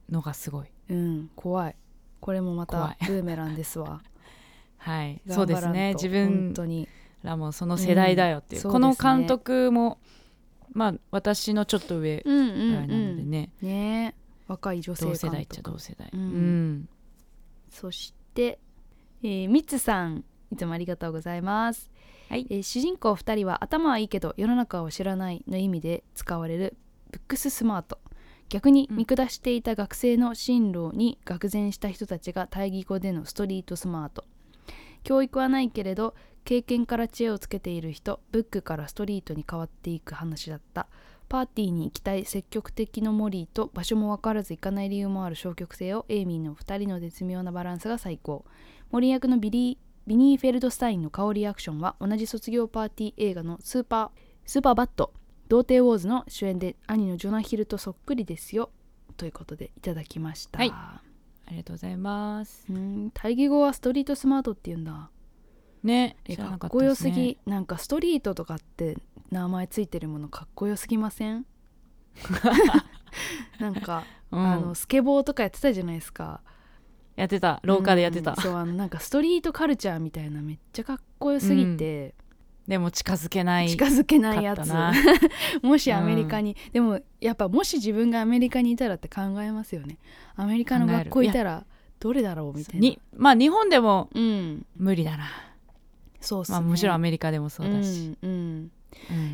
[SPEAKER 2] のがすごい。
[SPEAKER 1] うん、怖いこれもま
[SPEAKER 2] 怖
[SPEAKER 1] た
[SPEAKER 2] い
[SPEAKER 1] ブーメランですわ。
[SPEAKER 2] はい、そうです
[SPEAKER 1] 頑張ら
[SPEAKER 2] ね
[SPEAKER 1] んと
[SPEAKER 2] 自
[SPEAKER 1] 本
[SPEAKER 2] 分
[SPEAKER 1] 当に
[SPEAKER 2] らもその世代だよっていう,、
[SPEAKER 1] うん
[SPEAKER 2] この
[SPEAKER 1] そうですね
[SPEAKER 2] 監督もまあ私のちょっと上
[SPEAKER 1] う
[SPEAKER 2] ぐ
[SPEAKER 1] んう
[SPEAKER 2] らい
[SPEAKER 1] ん
[SPEAKER 2] なのでね、
[SPEAKER 1] ね若い女性
[SPEAKER 2] 同世代
[SPEAKER 1] 監
[SPEAKER 2] っちゃ
[SPEAKER 1] 督
[SPEAKER 2] 同世代。
[SPEAKER 1] うん
[SPEAKER 2] うん
[SPEAKER 1] そして、えー、ミツさんいつもありがとうございます、
[SPEAKER 2] はい
[SPEAKER 1] えー主人公2人は頭はいいけど世の中を知らないの意味で使われるブックススマート逆に
[SPEAKER 2] うん
[SPEAKER 1] 見下していた学生の進路に愕然した人たちが対義語でのストリートスマート教育はないけれど経験から知恵をつけている人ブックからストリートに変わっていく話だったパーティーに行きたい積極的のモリーと場所も分からず行かない理由もある消極性をエイミーの2人の絶妙なバランスが最高モリー役のビリービニー・フェルドスタインの顔リアクションは同じ卒業パーティー映画のスーパースーパーバット童貞ウォーズの主演で兄のジョナヒルとそっくりですよということでいただきました、
[SPEAKER 2] はいありがとうございます。
[SPEAKER 1] うん対義語はストリートスマートっていうんだ
[SPEAKER 2] ね、
[SPEAKER 1] え
[SPEAKER 2] 知ら
[SPEAKER 1] か
[SPEAKER 2] な
[SPEAKER 1] っ
[SPEAKER 2] った
[SPEAKER 1] こ
[SPEAKER 2] で
[SPEAKER 1] よす
[SPEAKER 2] すね
[SPEAKER 1] ぎなんかストリートとかって名前ついてるものかっこよすぎま せんなんか、
[SPEAKER 2] うん
[SPEAKER 1] あのスケボーとかやってたじゃないですか
[SPEAKER 2] やってた廊下でやってた、
[SPEAKER 1] うんそうあのなんかストリートカルチャーみたいなめっちゃかっこよすぎて、
[SPEAKER 2] でも近づけない
[SPEAKER 1] 近づけない
[SPEAKER 2] か
[SPEAKER 1] や
[SPEAKER 2] った
[SPEAKER 1] つ
[SPEAKER 2] な
[SPEAKER 1] もしアメリカに、でもやっぱもし自分がアメリカにいたらって考えますよねアメリカの学校いたらどれだろうみたいな
[SPEAKER 2] にまあ日本でも
[SPEAKER 1] うん
[SPEAKER 2] 無理だな、
[SPEAKER 1] そうっすね、
[SPEAKER 2] まあ、もちろんア
[SPEAKER 1] メ
[SPEAKER 2] メリカでもそうだし、
[SPEAKER 1] うんうん
[SPEAKER 2] うん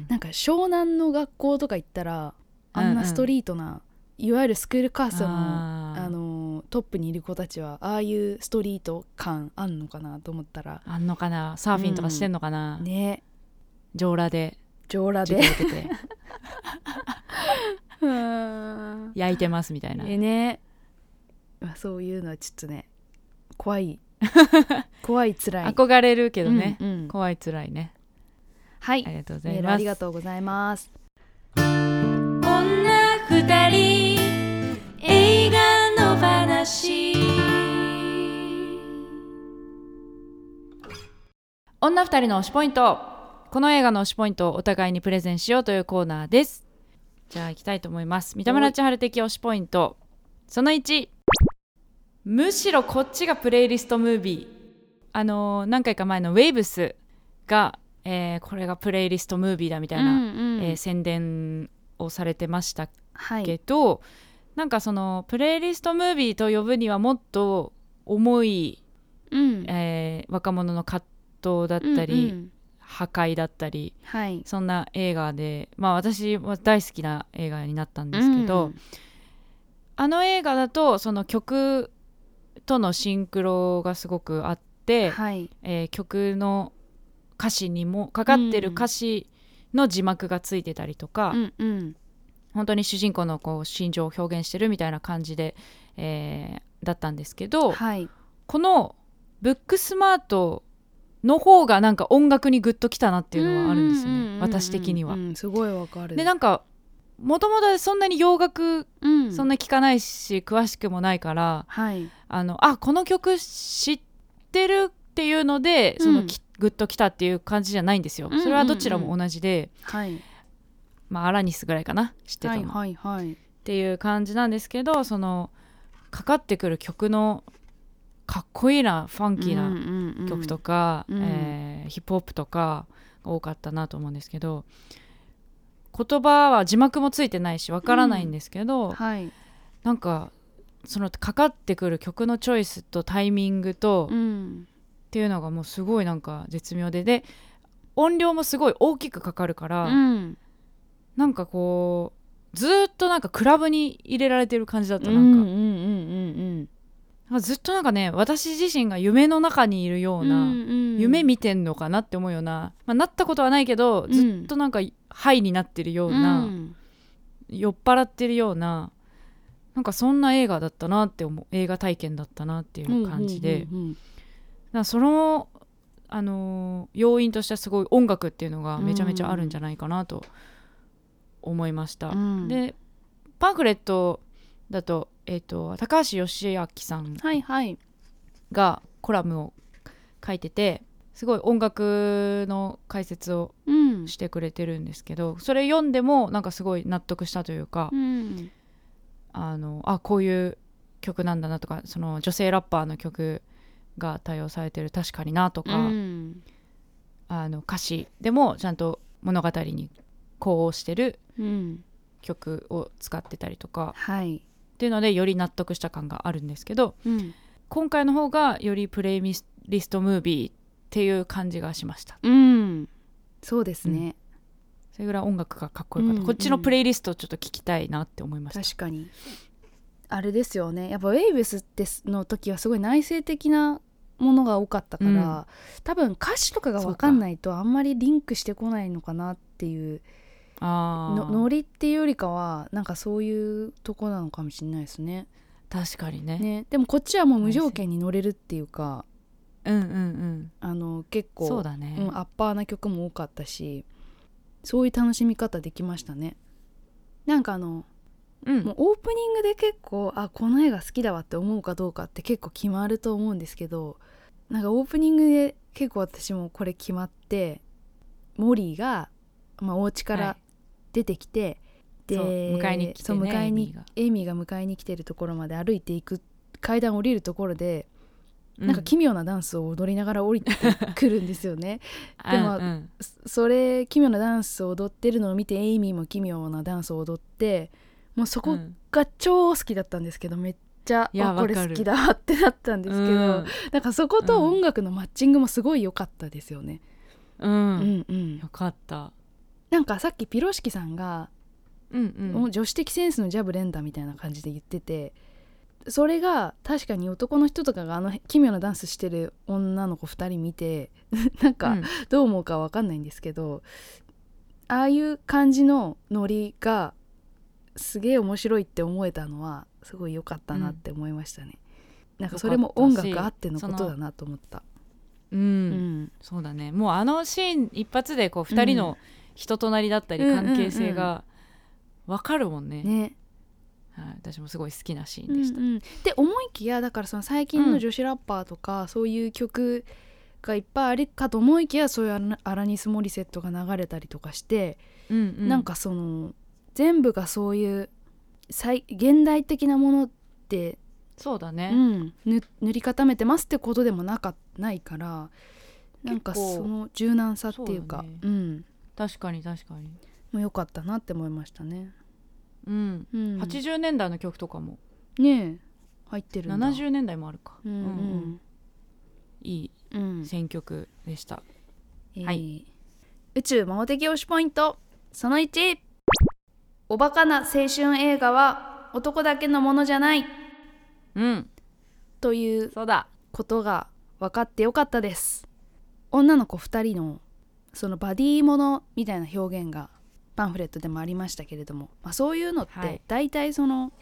[SPEAKER 1] なんか湘南の学校とか行ったらあんなストリートな、いわゆるスクールカーストの
[SPEAKER 2] あー
[SPEAKER 1] あのトップにいる子たちはああいうストリート感あんのかなと思ったら
[SPEAKER 2] あんのかなサーフィンとかしてんのかな、
[SPEAKER 1] ね
[SPEAKER 2] 上裸で
[SPEAKER 1] 上裸
[SPEAKER 2] 授業
[SPEAKER 1] で
[SPEAKER 2] 受けて
[SPEAKER 1] うん
[SPEAKER 2] 焼いてますみた いな、
[SPEAKER 1] えね、まあ、そういうのはちょっとね怖 い怖い辛い
[SPEAKER 2] 憧れるけどね、
[SPEAKER 1] うんうん
[SPEAKER 2] 怖い辛いね
[SPEAKER 1] はい
[SPEAKER 2] ありがとうござ
[SPEAKER 1] メ
[SPEAKER 2] い
[SPEAKER 1] ールあ
[SPEAKER 2] ます
[SPEAKER 1] りがとうございます
[SPEAKER 2] 女二人映画の話女二人の推しポイントこの映画の推しポイントをお互いにプレゼンしようというコーナーですじゃあ行きたいと思います三田村千春的推しポイントその1むしろこっちがプレイリストムービーあのー何回か前のウェイブスが、えーこれがプレイリストムービーだみたいな、
[SPEAKER 1] うんうん
[SPEAKER 2] えー宣伝をされてました
[SPEAKER 1] はい
[SPEAKER 2] けど、なんかそのプレイリストムービーと呼ぶにはもっと重い、
[SPEAKER 1] うん
[SPEAKER 2] えー若者の葛藤だった
[SPEAKER 1] う
[SPEAKER 2] り、
[SPEAKER 1] んうん
[SPEAKER 2] 破壊だったり
[SPEAKER 1] はい
[SPEAKER 2] そんな映画でまあ私は大好きな映画になったんですけど、あの映画だとその曲とのシンクロがすごくあっ
[SPEAKER 1] うん
[SPEAKER 2] て、
[SPEAKER 1] はい
[SPEAKER 2] えー曲の歌詞にもかかってる歌詞の字幕がついてたりとか、
[SPEAKER 1] うんうん
[SPEAKER 2] 本当に主人公のこう心情を表現してるみたいな感じで、えーだったんですけど、
[SPEAKER 1] はい
[SPEAKER 2] この「ブックスマート」の方がなんか音楽にグッときたなっていうのはあるんですよ
[SPEAKER 1] うううう
[SPEAKER 2] ね
[SPEAKER 1] ん
[SPEAKER 2] 私的には
[SPEAKER 1] う。んすごいわかる
[SPEAKER 2] でなんかもともとそんなに洋楽
[SPEAKER 1] うん
[SPEAKER 2] そんな聞かないし、詳しくもないから
[SPEAKER 1] はい
[SPEAKER 2] あのあこの曲知ってるっていうのでそのき、グッときたっていう感じじゃないんですよ。
[SPEAKER 1] うんうんうん
[SPEAKER 2] それはどちらも同じで、
[SPEAKER 1] はい
[SPEAKER 2] まあ、アラニスぐらいかな知ってた
[SPEAKER 1] は
[SPEAKER 2] の
[SPEAKER 1] い
[SPEAKER 2] は
[SPEAKER 1] はいはい
[SPEAKER 2] っていう感じなんですけどそのかかってくる曲のかっこいいなファンキーな
[SPEAKER 1] な
[SPEAKER 2] 曲とか、
[SPEAKER 1] うん
[SPEAKER 2] えーヒップホップとかが多かったなと思うんですけど言葉は字幕もついてないしわからないんですけど、
[SPEAKER 1] はい、
[SPEAKER 2] なんかそのかかってくる曲のチョイスとタイミングと、
[SPEAKER 1] う
[SPEAKER 2] っ
[SPEAKER 1] ん、
[SPEAKER 2] ていうのがもうすごいなんか絶妙でで音量もすごい大きくかかるから、
[SPEAKER 1] うん
[SPEAKER 2] なんかこうずーっとなんかクラブに入れられてる感じだった、
[SPEAKER 1] うんう
[SPEAKER 2] なん
[SPEAKER 1] ん
[SPEAKER 2] か
[SPEAKER 1] うん
[SPEAKER 2] なんかずっとなんかね私自身が夢の中にいるよ
[SPEAKER 1] うんう
[SPEAKER 2] うんな、
[SPEAKER 1] うん
[SPEAKER 2] 夢見てんのかなって思うような、まあ、なったことはないけど
[SPEAKER 1] ん
[SPEAKER 2] ずっとなんかハイになってるような、
[SPEAKER 1] うん
[SPEAKER 2] 酔っ払ってるようななんかそんな映画だったなって思う映画体験だったなっていう感じで、
[SPEAKER 1] うんうん
[SPEAKER 2] なんかその、あのー要因としてはすごい音楽っていうのがめちゃめちゃあるんじゃないかなと思いました。
[SPEAKER 1] うんうん
[SPEAKER 2] でパンフレットだと,、えー、と高橋義明さん
[SPEAKER 1] はいはい
[SPEAKER 2] がコラムを書いててすごい音楽の解説を
[SPEAKER 1] うん
[SPEAKER 2] してくれてるんですけどそれ読んでもなんかすごい納得したというか、
[SPEAKER 1] うん
[SPEAKER 2] あのあこういう曲なんだなとかその女性ラッパーの曲が対応されてる確かになとか、
[SPEAKER 1] うん
[SPEAKER 2] あの歌詞でもちゃんと物語に呼応してる
[SPEAKER 1] うん
[SPEAKER 2] 曲を使ってたりとか
[SPEAKER 1] はい
[SPEAKER 2] っていうのでより納得した感があるんですけど
[SPEAKER 1] うん
[SPEAKER 2] 今回の方がよりプレイミスリストムービーっていう感じがしました
[SPEAKER 1] うんそうですね
[SPEAKER 2] それぐらい音楽がかっこよかった、
[SPEAKER 1] うん
[SPEAKER 2] こっちのプレイリストをちょっと聞きたいなって思いました
[SPEAKER 1] 確かにあれですよねやっぱウェイブスっての時はすごい内省的なものが多かったから、
[SPEAKER 2] うん
[SPEAKER 1] 多分歌詞とかが分かんないとあんまりリンクしてこないのかなっていう
[SPEAKER 2] あ
[SPEAKER 1] の
[SPEAKER 2] ー
[SPEAKER 1] ノリっていうよりかはなんかそういうとこなのかもしれないですね
[SPEAKER 2] 確かにね
[SPEAKER 1] ねでもこっちはもう無条件に乗れるっていうか
[SPEAKER 2] うんうんうん
[SPEAKER 1] あの結構
[SPEAKER 2] そうだね、
[SPEAKER 1] うん、アッパーな曲も多かったしそういう楽しみ方できましたねなんかあの、
[SPEAKER 2] うん
[SPEAKER 1] もうオープニングで結構あこの映画好きだわって思うかどうかって結構決まると思うんですけどなんかオープニングで結構私もこれ決まってモリーが、まあ、お家か
[SPEAKER 2] はい
[SPEAKER 1] ら出てきて、で
[SPEAKER 2] そう迎えに来てね
[SPEAKER 1] そう迎え
[SPEAKER 2] エイミー
[SPEAKER 1] に
[SPEAKER 2] が
[SPEAKER 1] エイミーが迎えに来てるところまで歩いていく階段降りるところで、
[SPEAKER 2] う
[SPEAKER 1] なんか奇妙なダンスを踊りながら降りてくるんですよね。 でも
[SPEAKER 2] うんうん
[SPEAKER 1] そそれ奇妙なダンスを踊ってるのを見てエイミーも奇妙なダンスを踊ってもうそこ
[SPEAKER 2] うん
[SPEAKER 1] が超好きだったんですけど、めっちゃ
[SPEAKER 2] いや
[SPEAKER 1] あこれ
[SPEAKER 2] わか
[SPEAKER 1] 好
[SPEAKER 2] る
[SPEAKER 1] きだわってなったんですけど、なんかそこと音楽のマッチングもすごい良かったですよね。う
[SPEAKER 2] う、
[SPEAKER 1] んん
[SPEAKER 2] うん
[SPEAKER 1] うん
[SPEAKER 2] よかった
[SPEAKER 1] なんかさっきピロシキさんが、
[SPEAKER 2] うん
[SPEAKER 1] もう女子的センスのジャブ連打みたいな感じで言っててそれが確かに男の人とかがあの奇妙なダンスしてる女の子2人見て なんか、
[SPEAKER 2] うん
[SPEAKER 1] どう思うかわかんないんですけどああいう感じのノリがすげえ面白いって思えたのはすごい良かったなって思いましたね、なんかそれも音楽あってのことだなと思った
[SPEAKER 2] うん
[SPEAKER 1] うん
[SPEAKER 2] そうだねもうあのシーン一発でこう二人の人となりだったり
[SPEAKER 1] うん
[SPEAKER 2] 関係性がわかるもんね,、
[SPEAKER 1] ね
[SPEAKER 2] はい、私もすごい好きなシー
[SPEAKER 1] う
[SPEAKER 2] ンで
[SPEAKER 1] ん
[SPEAKER 2] した、
[SPEAKER 1] うんで思いきやだからその最近の女子ラッパーとか、そういう曲がいっぱいあるかと思いきやそういうアナアラニス・モリセットが流れたりとかして、
[SPEAKER 2] うんうん
[SPEAKER 1] なんかその全部がそういう最現代的なものって、
[SPEAKER 2] そうだ
[SPEAKER 1] う
[SPEAKER 2] ね、
[SPEAKER 1] ん、ぬ塗り固めてますってことでもなかないからなんか
[SPEAKER 2] 結構
[SPEAKER 1] その柔軟さっていうか
[SPEAKER 2] そう
[SPEAKER 1] う
[SPEAKER 2] だね
[SPEAKER 1] ん、
[SPEAKER 2] 確かに確かに、
[SPEAKER 1] もう良かったなって思いましたね。
[SPEAKER 2] うん
[SPEAKER 1] うん、
[SPEAKER 2] 80年代の曲とかも
[SPEAKER 1] ねえ入ってるんだ
[SPEAKER 2] 70年代もあるか、
[SPEAKER 1] うんうん
[SPEAKER 2] い
[SPEAKER 1] うん
[SPEAKER 2] い選曲でした、
[SPEAKER 1] えー
[SPEAKER 2] はい
[SPEAKER 1] 宇宙魔法的推しポイントその1おバカな青春映画は男だけのものじゃない
[SPEAKER 2] うん
[SPEAKER 1] という
[SPEAKER 2] そうだ
[SPEAKER 1] ことが分かってよかったです女の子2人のそのバディものみたいな表現がパンフレットでもありましたけれども、まあ、そういうのっ
[SPEAKER 2] はい
[SPEAKER 1] て大体その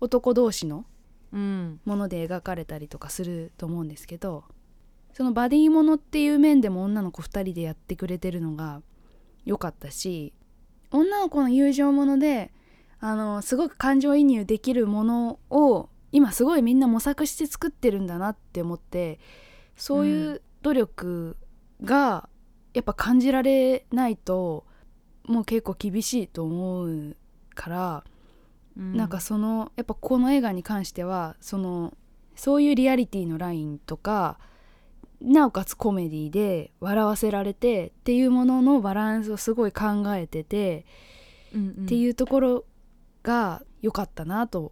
[SPEAKER 1] 男同士の
[SPEAKER 2] うん
[SPEAKER 1] もので描かれたりとかすると思うんですけどそのバディものっていう面でも女の子2人でやってくれてるのが良かったし女の子の友情ものであのすごく感情移入できるものを今すごいみんな模索して作ってるんだなって思ってそういうう努力がやっぱ感じられないともう結構厳しいと思うからなんかそのやっぱこの映画に関してはそのそういうリアリティのラインとかなおかつコメディで笑わせられてっていうもののバランスをすごい考えてて、
[SPEAKER 2] うんうん
[SPEAKER 1] っていうところが良かったなと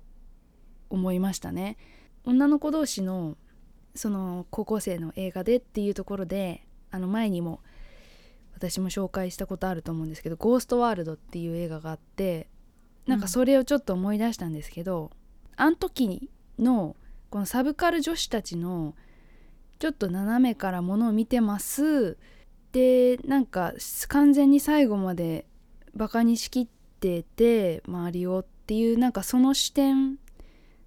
[SPEAKER 1] 思いましたね。女の子同士のその高校生の映画でっていうところであの前にも私も紹介したことあると思うんですけど「ゴーストワールド」っていう映画があってなんかそれをちょっと思い出したんですけど、あの時のこのサブカル女子たちのちょっと斜めからものを見てますでなんか完全に最後までバカにしきってて周りをっていうなんかその視点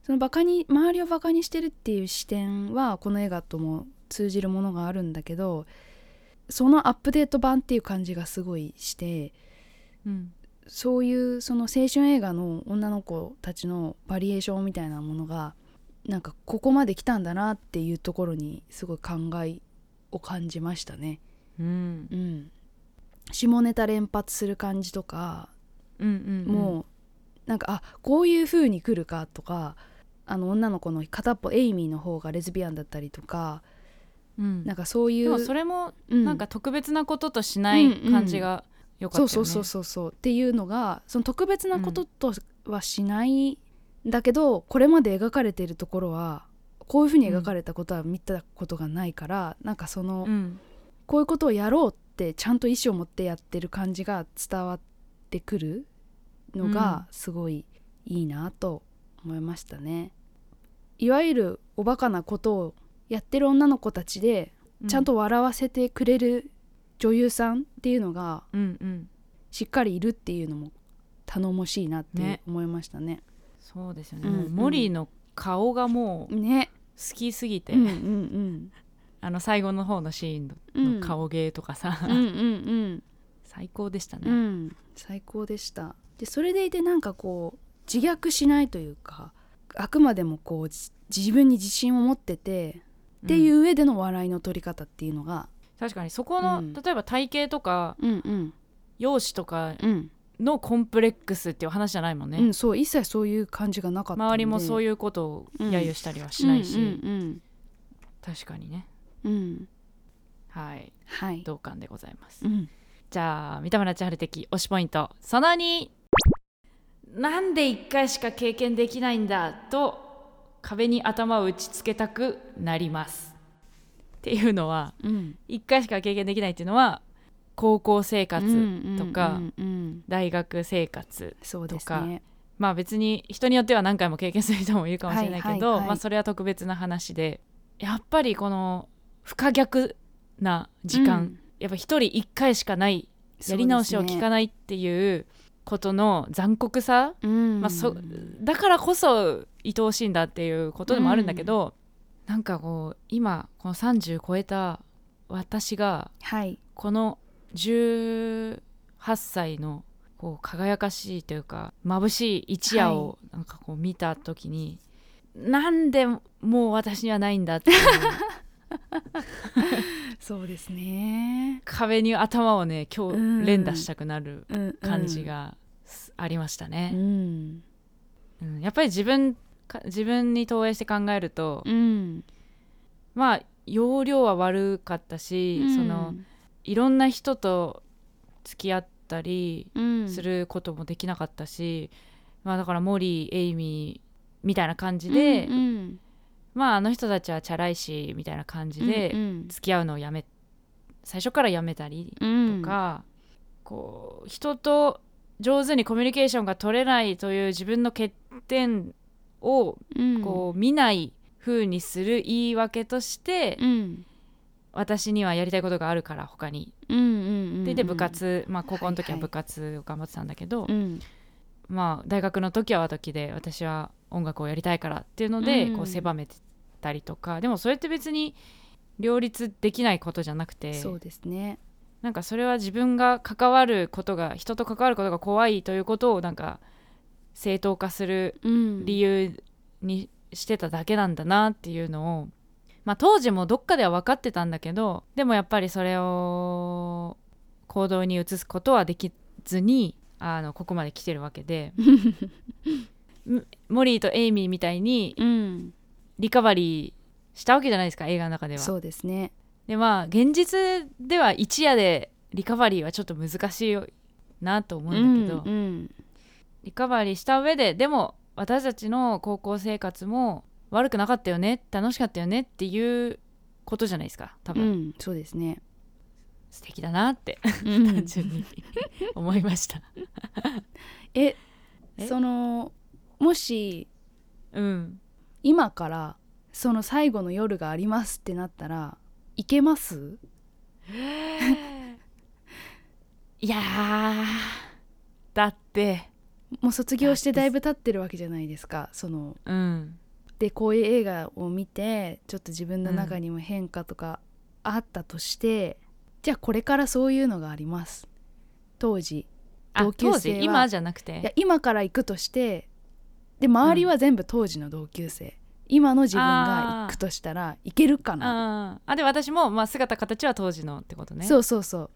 [SPEAKER 1] そのバカに周りをバカにしてるっていう視点はこの映画とも通じるものがあるんだけどそのアップデート版っていう感じがすごいして
[SPEAKER 2] うん
[SPEAKER 1] そういうその青春映画の女の子たちのバリエーションみたいなものがなんかここまで来たんだなっていうところにすごい感慨を感じましたね。
[SPEAKER 2] うん
[SPEAKER 1] うん、下ネタ連発する感じとか
[SPEAKER 2] うん
[SPEAKER 1] もうなんかあこういう風に来るかとかあの女の子の片っぽエイミーの方がレズビアンだったりとか
[SPEAKER 2] うん、うん、
[SPEAKER 1] なんかそうい
[SPEAKER 2] で
[SPEAKER 1] う
[SPEAKER 2] もそれも
[SPEAKER 1] うん
[SPEAKER 2] なんか特別なこととしない感じが良かった
[SPEAKER 1] そ
[SPEAKER 2] よ
[SPEAKER 1] う
[SPEAKER 2] ね
[SPEAKER 1] そうそうそうそうっていうのがその特別なこととはしないんだけど、これまで描かれているところはこういうふうに描かれたことは見たことがないから、なんかその、
[SPEAKER 2] うん
[SPEAKER 1] こういうことをやろうってちゃんと意思を持ってやってる感じが伝わってくるのがすごいいいなと思いましたね。いわゆるおバカなことをやってる女の子たちでちゃんと笑わせてくれる女優さんっていうのが
[SPEAKER 2] うんうん
[SPEAKER 1] しっかりいるっていうのも頼もしいなって
[SPEAKER 2] ね
[SPEAKER 1] 思いましたね。
[SPEAKER 2] そうですよね、
[SPEAKER 1] うん
[SPEAKER 2] もうモリーの顔がもう
[SPEAKER 1] ね。
[SPEAKER 2] 好きすぎて、
[SPEAKER 1] うんうん
[SPEAKER 2] あの最後の方のシーン
[SPEAKER 1] うん。
[SPEAKER 2] の顔芸とかさ、
[SPEAKER 1] うんうん
[SPEAKER 2] 最高でした
[SPEAKER 1] うん。う
[SPEAKER 2] ね、
[SPEAKER 1] ん。最高でした。でそれでいてなんかこう自虐しないというかあくまでもこうじ自分に自信を持っててっていうう上での笑いの取り方っていうのが、
[SPEAKER 2] ん確かにそこの、
[SPEAKER 1] うん
[SPEAKER 2] 例えば体型とか
[SPEAKER 1] うんうん
[SPEAKER 2] 容姿とか
[SPEAKER 1] うん
[SPEAKER 2] のコンプレックスっていう話じゃないもんね、
[SPEAKER 1] うん、そう一切そういう感じがなかった
[SPEAKER 2] 周りもそう
[SPEAKER 1] いう
[SPEAKER 2] いうことを揶揄したりは
[SPEAKER 1] し
[SPEAKER 2] し
[SPEAKER 1] な
[SPEAKER 2] ないいし、
[SPEAKER 1] し、うん
[SPEAKER 2] 確かにね
[SPEAKER 1] うんうんうん、
[SPEAKER 2] はい
[SPEAKER 1] はい、
[SPEAKER 2] 同感でございます、
[SPEAKER 1] うん、
[SPEAKER 2] じゃあ三田村千春的推しポイントその2なんで1回しか経験できないんだと壁に頭を打ちつけたくなりますっていうのは
[SPEAKER 1] うん、
[SPEAKER 2] 1回しか経験できないっていうのは高校生活、と
[SPEAKER 1] う
[SPEAKER 2] か
[SPEAKER 1] んうんうんうん
[SPEAKER 2] 大学生活
[SPEAKER 1] そうです
[SPEAKER 2] と
[SPEAKER 1] ね。
[SPEAKER 2] まあ別に人によっては何回も経験する人もいるかもしれないけど、
[SPEAKER 1] はいはいはい
[SPEAKER 2] まあ、それは特別な話でやっぱりこの不可逆な時間、
[SPEAKER 1] うん
[SPEAKER 2] やっぱ一人1回しかないやり直しを聞か
[SPEAKER 1] い、
[SPEAKER 2] ないっていうことの残酷さ、
[SPEAKER 1] うん
[SPEAKER 2] まあ、そだからこそ愛おしいんだっていうことでもあるんだけど、なんかこう今この30超えた私が
[SPEAKER 1] はい、
[SPEAKER 2] この18歳のこう輝かしいというか眩しい一夜をなんかこう見た時に、なんでもう私にはないん だっていう
[SPEAKER 1] そうですね。
[SPEAKER 2] 壁に頭をね今
[SPEAKER 1] うん
[SPEAKER 2] 日連打したくなる
[SPEAKER 1] うん
[SPEAKER 2] 感じ、がすありましたね
[SPEAKER 1] う。ん、
[SPEAKER 2] うんやっぱり自分か自分に投影して考えると、
[SPEAKER 1] うん、
[SPEAKER 2] まあ容量は悪かったし、そのいろんな人と付き合ったり
[SPEAKER 1] うん
[SPEAKER 2] することもできなかったし、まあ、だからモリーエイミーみたいな感じで、
[SPEAKER 1] うんうん
[SPEAKER 2] まああの人たちはチャラいしみたいな感じで
[SPEAKER 1] うん
[SPEAKER 2] 付き合うのをやめ最初からやめたり
[SPEAKER 1] うん
[SPEAKER 2] とか、こう人と上手にコミュニケーションが取れないという自分の欠点を
[SPEAKER 1] うん
[SPEAKER 2] こう見ない風にする言い訳として、
[SPEAKER 1] うん
[SPEAKER 2] 私にはやりたいことがあるから他に。
[SPEAKER 1] うんうんうん
[SPEAKER 2] でで部活、まあ、高校の時
[SPEAKER 1] はいは
[SPEAKER 2] は
[SPEAKER 1] い
[SPEAKER 2] 部活を頑張ってたんだけど、
[SPEAKER 1] うん
[SPEAKER 2] まあ、大学の時は時で私は音楽をやりたいからっていうので、
[SPEAKER 1] うん
[SPEAKER 2] こう狭めてたりとかでもそれって別に両立できないことじゃなくて
[SPEAKER 1] そうですね。
[SPEAKER 2] なんかそれは自分が関わることが人と関わることが怖いということをなんか正当化する
[SPEAKER 1] うん
[SPEAKER 2] 理由にしてただけなんだなっていうのを、まあ、当時もどっかでは分かってたんだけどでもやっぱりそれを行動に移すことはできずにあのここまで来てるわけでむモリーとエイミーみたいに
[SPEAKER 1] うん
[SPEAKER 2] リカバリーしたわけじゃないですか映画の中では
[SPEAKER 1] そうですね
[SPEAKER 2] でまあ現実では一夜でリカバリーはちょっと難しいなと思うんだけど、
[SPEAKER 1] うんうん
[SPEAKER 2] リカバリーした上ででも私たちの高校生活も悪くなかったよね楽しかったよねっていうことじゃないですか多
[SPEAKER 1] う
[SPEAKER 2] 分、
[SPEAKER 1] んそうですね
[SPEAKER 2] 素敵だなって
[SPEAKER 1] うん
[SPEAKER 2] 単純に思いました
[SPEAKER 1] え
[SPEAKER 2] え
[SPEAKER 1] そのもし
[SPEAKER 2] うん
[SPEAKER 1] 今からその最後の夜がありますってなったら行けます
[SPEAKER 2] いやーだって
[SPEAKER 1] もう卒業してだいぶ経ってるわけじゃないですかその
[SPEAKER 2] うん
[SPEAKER 1] でこういう映画を見てちょっと自分の中にも変化とかあったとして、じゃあこれからそういうのがあります当時
[SPEAKER 2] あ
[SPEAKER 1] 同級生は
[SPEAKER 2] 当時今じゃなく
[SPEAKER 1] いや
[SPEAKER 2] て
[SPEAKER 1] 今から行くとしてで周りは全部当時の同級生、今の自分が行くとしたら行けるかな、
[SPEAKER 2] あーあで私も、まあ、姿形は当時のってことね
[SPEAKER 1] そうそうそ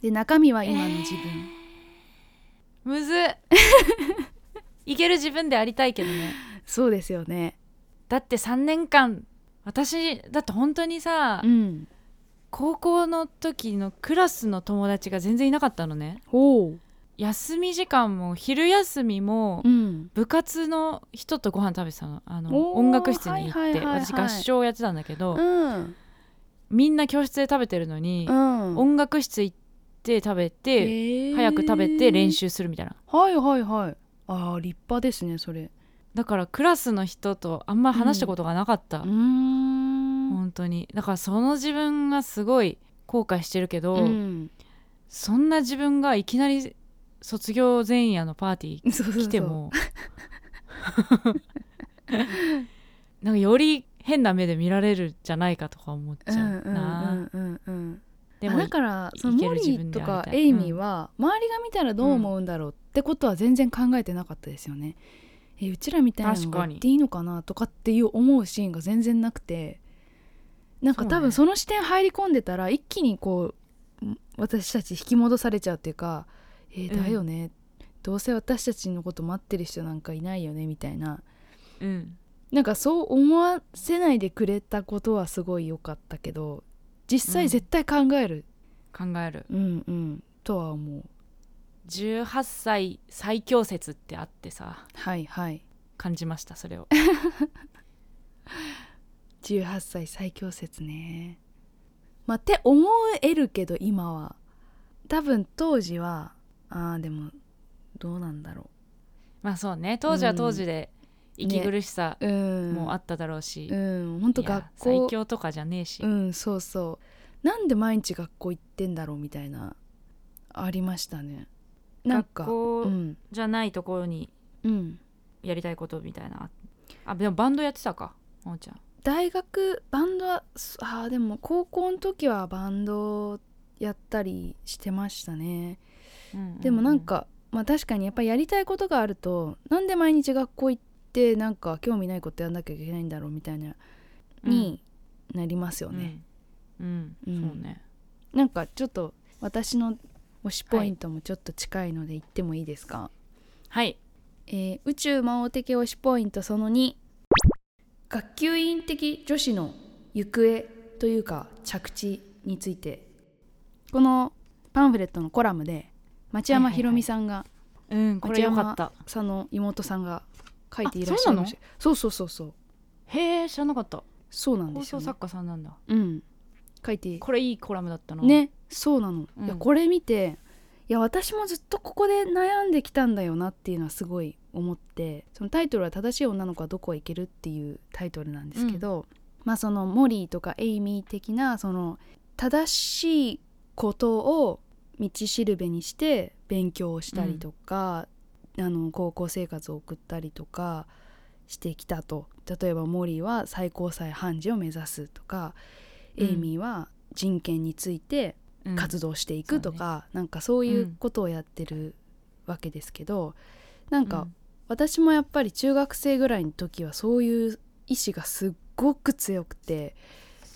[SPEAKER 1] うで中身は今の自分、
[SPEAKER 2] む ずっいける自分でありたいけどね
[SPEAKER 1] そうですよね
[SPEAKER 2] だって3年間私だって本当にさ、
[SPEAKER 1] うん
[SPEAKER 2] 高校の時のクラスの友達が全然いなかったのね
[SPEAKER 1] おう
[SPEAKER 2] 休み時間も昼休みも
[SPEAKER 1] うん
[SPEAKER 2] 部活の人とご飯食べてたのあの
[SPEAKER 1] おー
[SPEAKER 2] 音楽室に行って、
[SPEAKER 1] はいはいはいはい
[SPEAKER 2] 私合唱やってたんだけど、
[SPEAKER 1] うん
[SPEAKER 2] みんな教室で食べてるのに
[SPEAKER 1] う、ん
[SPEAKER 2] 音楽室行って食べて、
[SPEAKER 1] へえ
[SPEAKER 2] 早く食べて練習するみたいな
[SPEAKER 1] はいはいはいあー立派ですねそれ
[SPEAKER 2] だからクラスの人とあんま話したことがなかった、
[SPEAKER 1] うーん
[SPEAKER 2] 本当にだからその自分がすごい後悔してるけど、
[SPEAKER 1] うん
[SPEAKER 2] そんな自分がいきなり卒業前夜のパーティー
[SPEAKER 1] そうそうそう
[SPEAKER 2] 来ても なんかより変な目で見られるんじゃないかとか思っちゃうな、
[SPEAKER 1] うんうんうんうんあ
[SPEAKER 2] でも
[SPEAKER 1] だから
[SPEAKER 2] い
[SPEAKER 1] その
[SPEAKER 2] いけ
[SPEAKER 1] モ
[SPEAKER 2] る
[SPEAKER 1] リ
[SPEAKER 2] 自分
[SPEAKER 1] ー
[SPEAKER 2] で
[SPEAKER 1] と
[SPEAKER 2] ありたい
[SPEAKER 1] かエイミーは、周りが見たらどう思うんだろうってことは全然考えてなかったですよね。えうちらみたいなの
[SPEAKER 2] 確
[SPEAKER 1] が
[SPEAKER 2] かに
[SPEAKER 1] 言っていいのかなとかっていう思うシーンが全然なくてなんか
[SPEAKER 2] そうね
[SPEAKER 1] 多分その視点入り込んでたら一気にこうん私たち引き戻されちゃうっていうか「えー
[SPEAKER 2] うん
[SPEAKER 1] だよね、どうせ私たちのこと待ってる人なんかいないよね」みたいな
[SPEAKER 2] うん
[SPEAKER 1] なんかそう思わせないでくれたことはすごい良かったけど実
[SPEAKER 2] う
[SPEAKER 1] 際
[SPEAKER 2] ん
[SPEAKER 1] 絶対考える
[SPEAKER 2] 考える
[SPEAKER 1] うんうんとは思う
[SPEAKER 2] 18歳最強説ってあってさ
[SPEAKER 1] はいはい
[SPEAKER 2] 感じましたそれを
[SPEAKER 1] 18歳最強説ねまあって思えるけど今は多分当時はあーでもどうなんだろ
[SPEAKER 2] まあそうね当時は当時で息苦しさ
[SPEAKER 1] ううん
[SPEAKER 2] もあっただろうし、
[SPEAKER 1] うん本当
[SPEAKER 2] いや
[SPEAKER 1] 学校
[SPEAKER 2] 最強とかじゃねえし、
[SPEAKER 1] うんそうそうなんで毎日学校行ってんだろうみたいなありましたねなんか
[SPEAKER 2] 学校
[SPEAKER 1] うん
[SPEAKER 2] じゃないところに
[SPEAKER 1] うん
[SPEAKER 2] やりたいことみたいなあでもバンドやってたかももちゃん
[SPEAKER 1] 大学バンドはすあーでも高校の時はバンドやったりしてましたね
[SPEAKER 2] ううう
[SPEAKER 1] でもなんか、まあ確かにやっぱりやりたいことがあるとなんで毎日学校行ってなんか興味ないことやんなきゃいけないんだろうみたいなになりますよね、
[SPEAKER 2] うん、うん
[SPEAKER 1] うん
[SPEAKER 2] そうね
[SPEAKER 1] なんかちょっと私の推しポイントもちょっと近いので言ってもいいですか、
[SPEAKER 2] はい
[SPEAKER 1] えー宇宙魔王的推しポイントその2学級委員的女子の行方というか着地についてこのパンフレットのコラムで町山ひろみさんが、
[SPEAKER 2] うんこれよかった
[SPEAKER 1] さんの妹さんが書いていらっしゃいましたそうそうそうそう
[SPEAKER 2] へえ知らなかった
[SPEAKER 1] そうなんで
[SPEAKER 2] 放
[SPEAKER 1] すよ、
[SPEAKER 2] 送
[SPEAKER 1] ね
[SPEAKER 2] 作、家さんなんだ
[SPEAKER 1] うん書いて
[SPEAKER 2] これいいコラムだったな
[SPEAKER 1] ねそうなの、
[SPEAKER 2] うん
[SPEAKER 1] いやこれ見ていや私もずっとここで悩んできたんだよなっていうのはすごい思ってそのタイトルは「正しい女の子はどこへ行ける?」っていうタイトルなんですけど、まあそのモリーとかエイミー的なその正しいことを道しるべにして勉強をしたりとか、あの高校生活を送ったりとかしてきたと例えばモリーは最高裁判事を目指すとか、
[SPEAKER 2] うん
[SPEAKER 1] エイミーは人権について
[SPEAKER 2] うん
[SPEAKER 1] 活動していくとか、なんかそういうことをやってるわけですけど、なんか私もやっぱり中学生ぐらいの時はそういう意志がすっごく強くて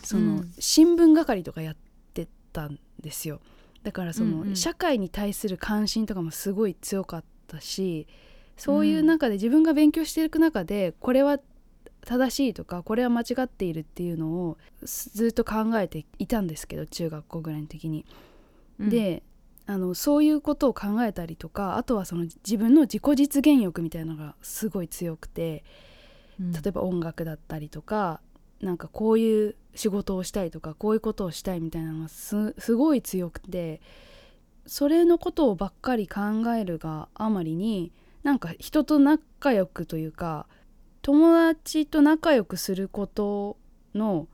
[SPEAKER 1] そうの
[SPEAKER 2] ん
[SPEAKER 1] 新聞係とかやってたんですよだからその、
[SPEAKER 2] うんうん
[SPEAKER 1] 社会に対する関心とかもすごい強かったしそういう中で自分が勉強していく中でこれは正しいとかこれは間違っているっていうのをすずっと考えていたんですけど中学校ぐらいの時に。
[SPEAKER 2] うん、
[SPEAKER 1] であのそういうことを考えたりとかあとはその自分の自己実現欲みたいなのがすごい強くて
[SPEAKER 2] うん
[SPEAKER 1] 例えば音楽だったりとかなんかこういう仕事をしたいとかこういうことをしたいみたいなのがすすごい強くてそれのことをばっかり考えるがあまりになんか人と仲良くというか友達と仲良くすることの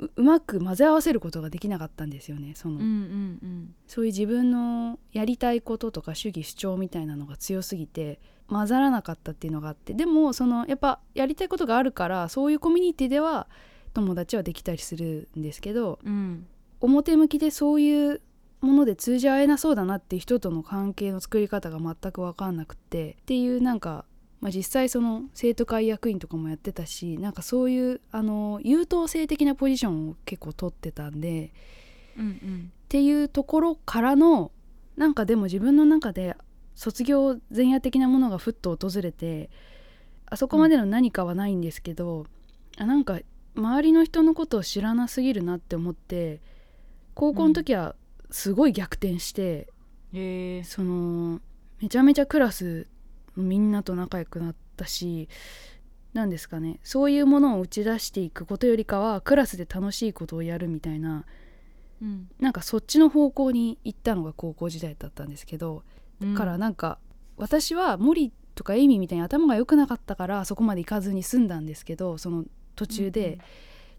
[SPEAKER 1] ううまく混ぜ合わせることができなかったんですよねその
[SPEAKER 2] うんうん
[SPEAKER 1] そういう自分のやりたいこととか主義主張みたいなのが強すぎて混ざらなかったっていうのがあってでもそのやっぱやりたいことがあるからそういうコミュニティでは友達はできたりするんですけど
[SPEAKER 2] うんうん
[SPEAKER 1] 表向きでそういうもので通じ合えなそうだなっていう人との関係の作り方が全く分かんなくてっていうなんか、まあ、実際その生徒会役員とかもやってたしなんかそういうあの優等生的なポジションを結構取ってたんで。
[SPEAKER 2] うんう
[SPEAKER 1] っ
[SPEAKER 2] ん
[SPEAKER 1] ていうところからのなんかでも自分の中で卒業前夜的なものがふっと訪れてあそこまでの何かはないんですけど、あなんか周りの人のことを知らなすぎるなって思って高校の時はすごい逆転して、
[SPEAKER 2] へえ
[SPEAKER 1] そのめちゃめちゃクラスのみんなと仲良くなったしなんですかねそういうものを打ち出していくことよりかはクラスで楽しいことをやるみたいな
[SPEAKER 2] うん
[SPEAKER 1] なんかそっちの方向に行ったのが高校時代だったんですけど、
[SPEAKER 2] うん
[SPEAKER 1] からなんか私は森とかエイミーみたいに頭が良くなかったからそこまで行かずに済んだんですけどその途中で、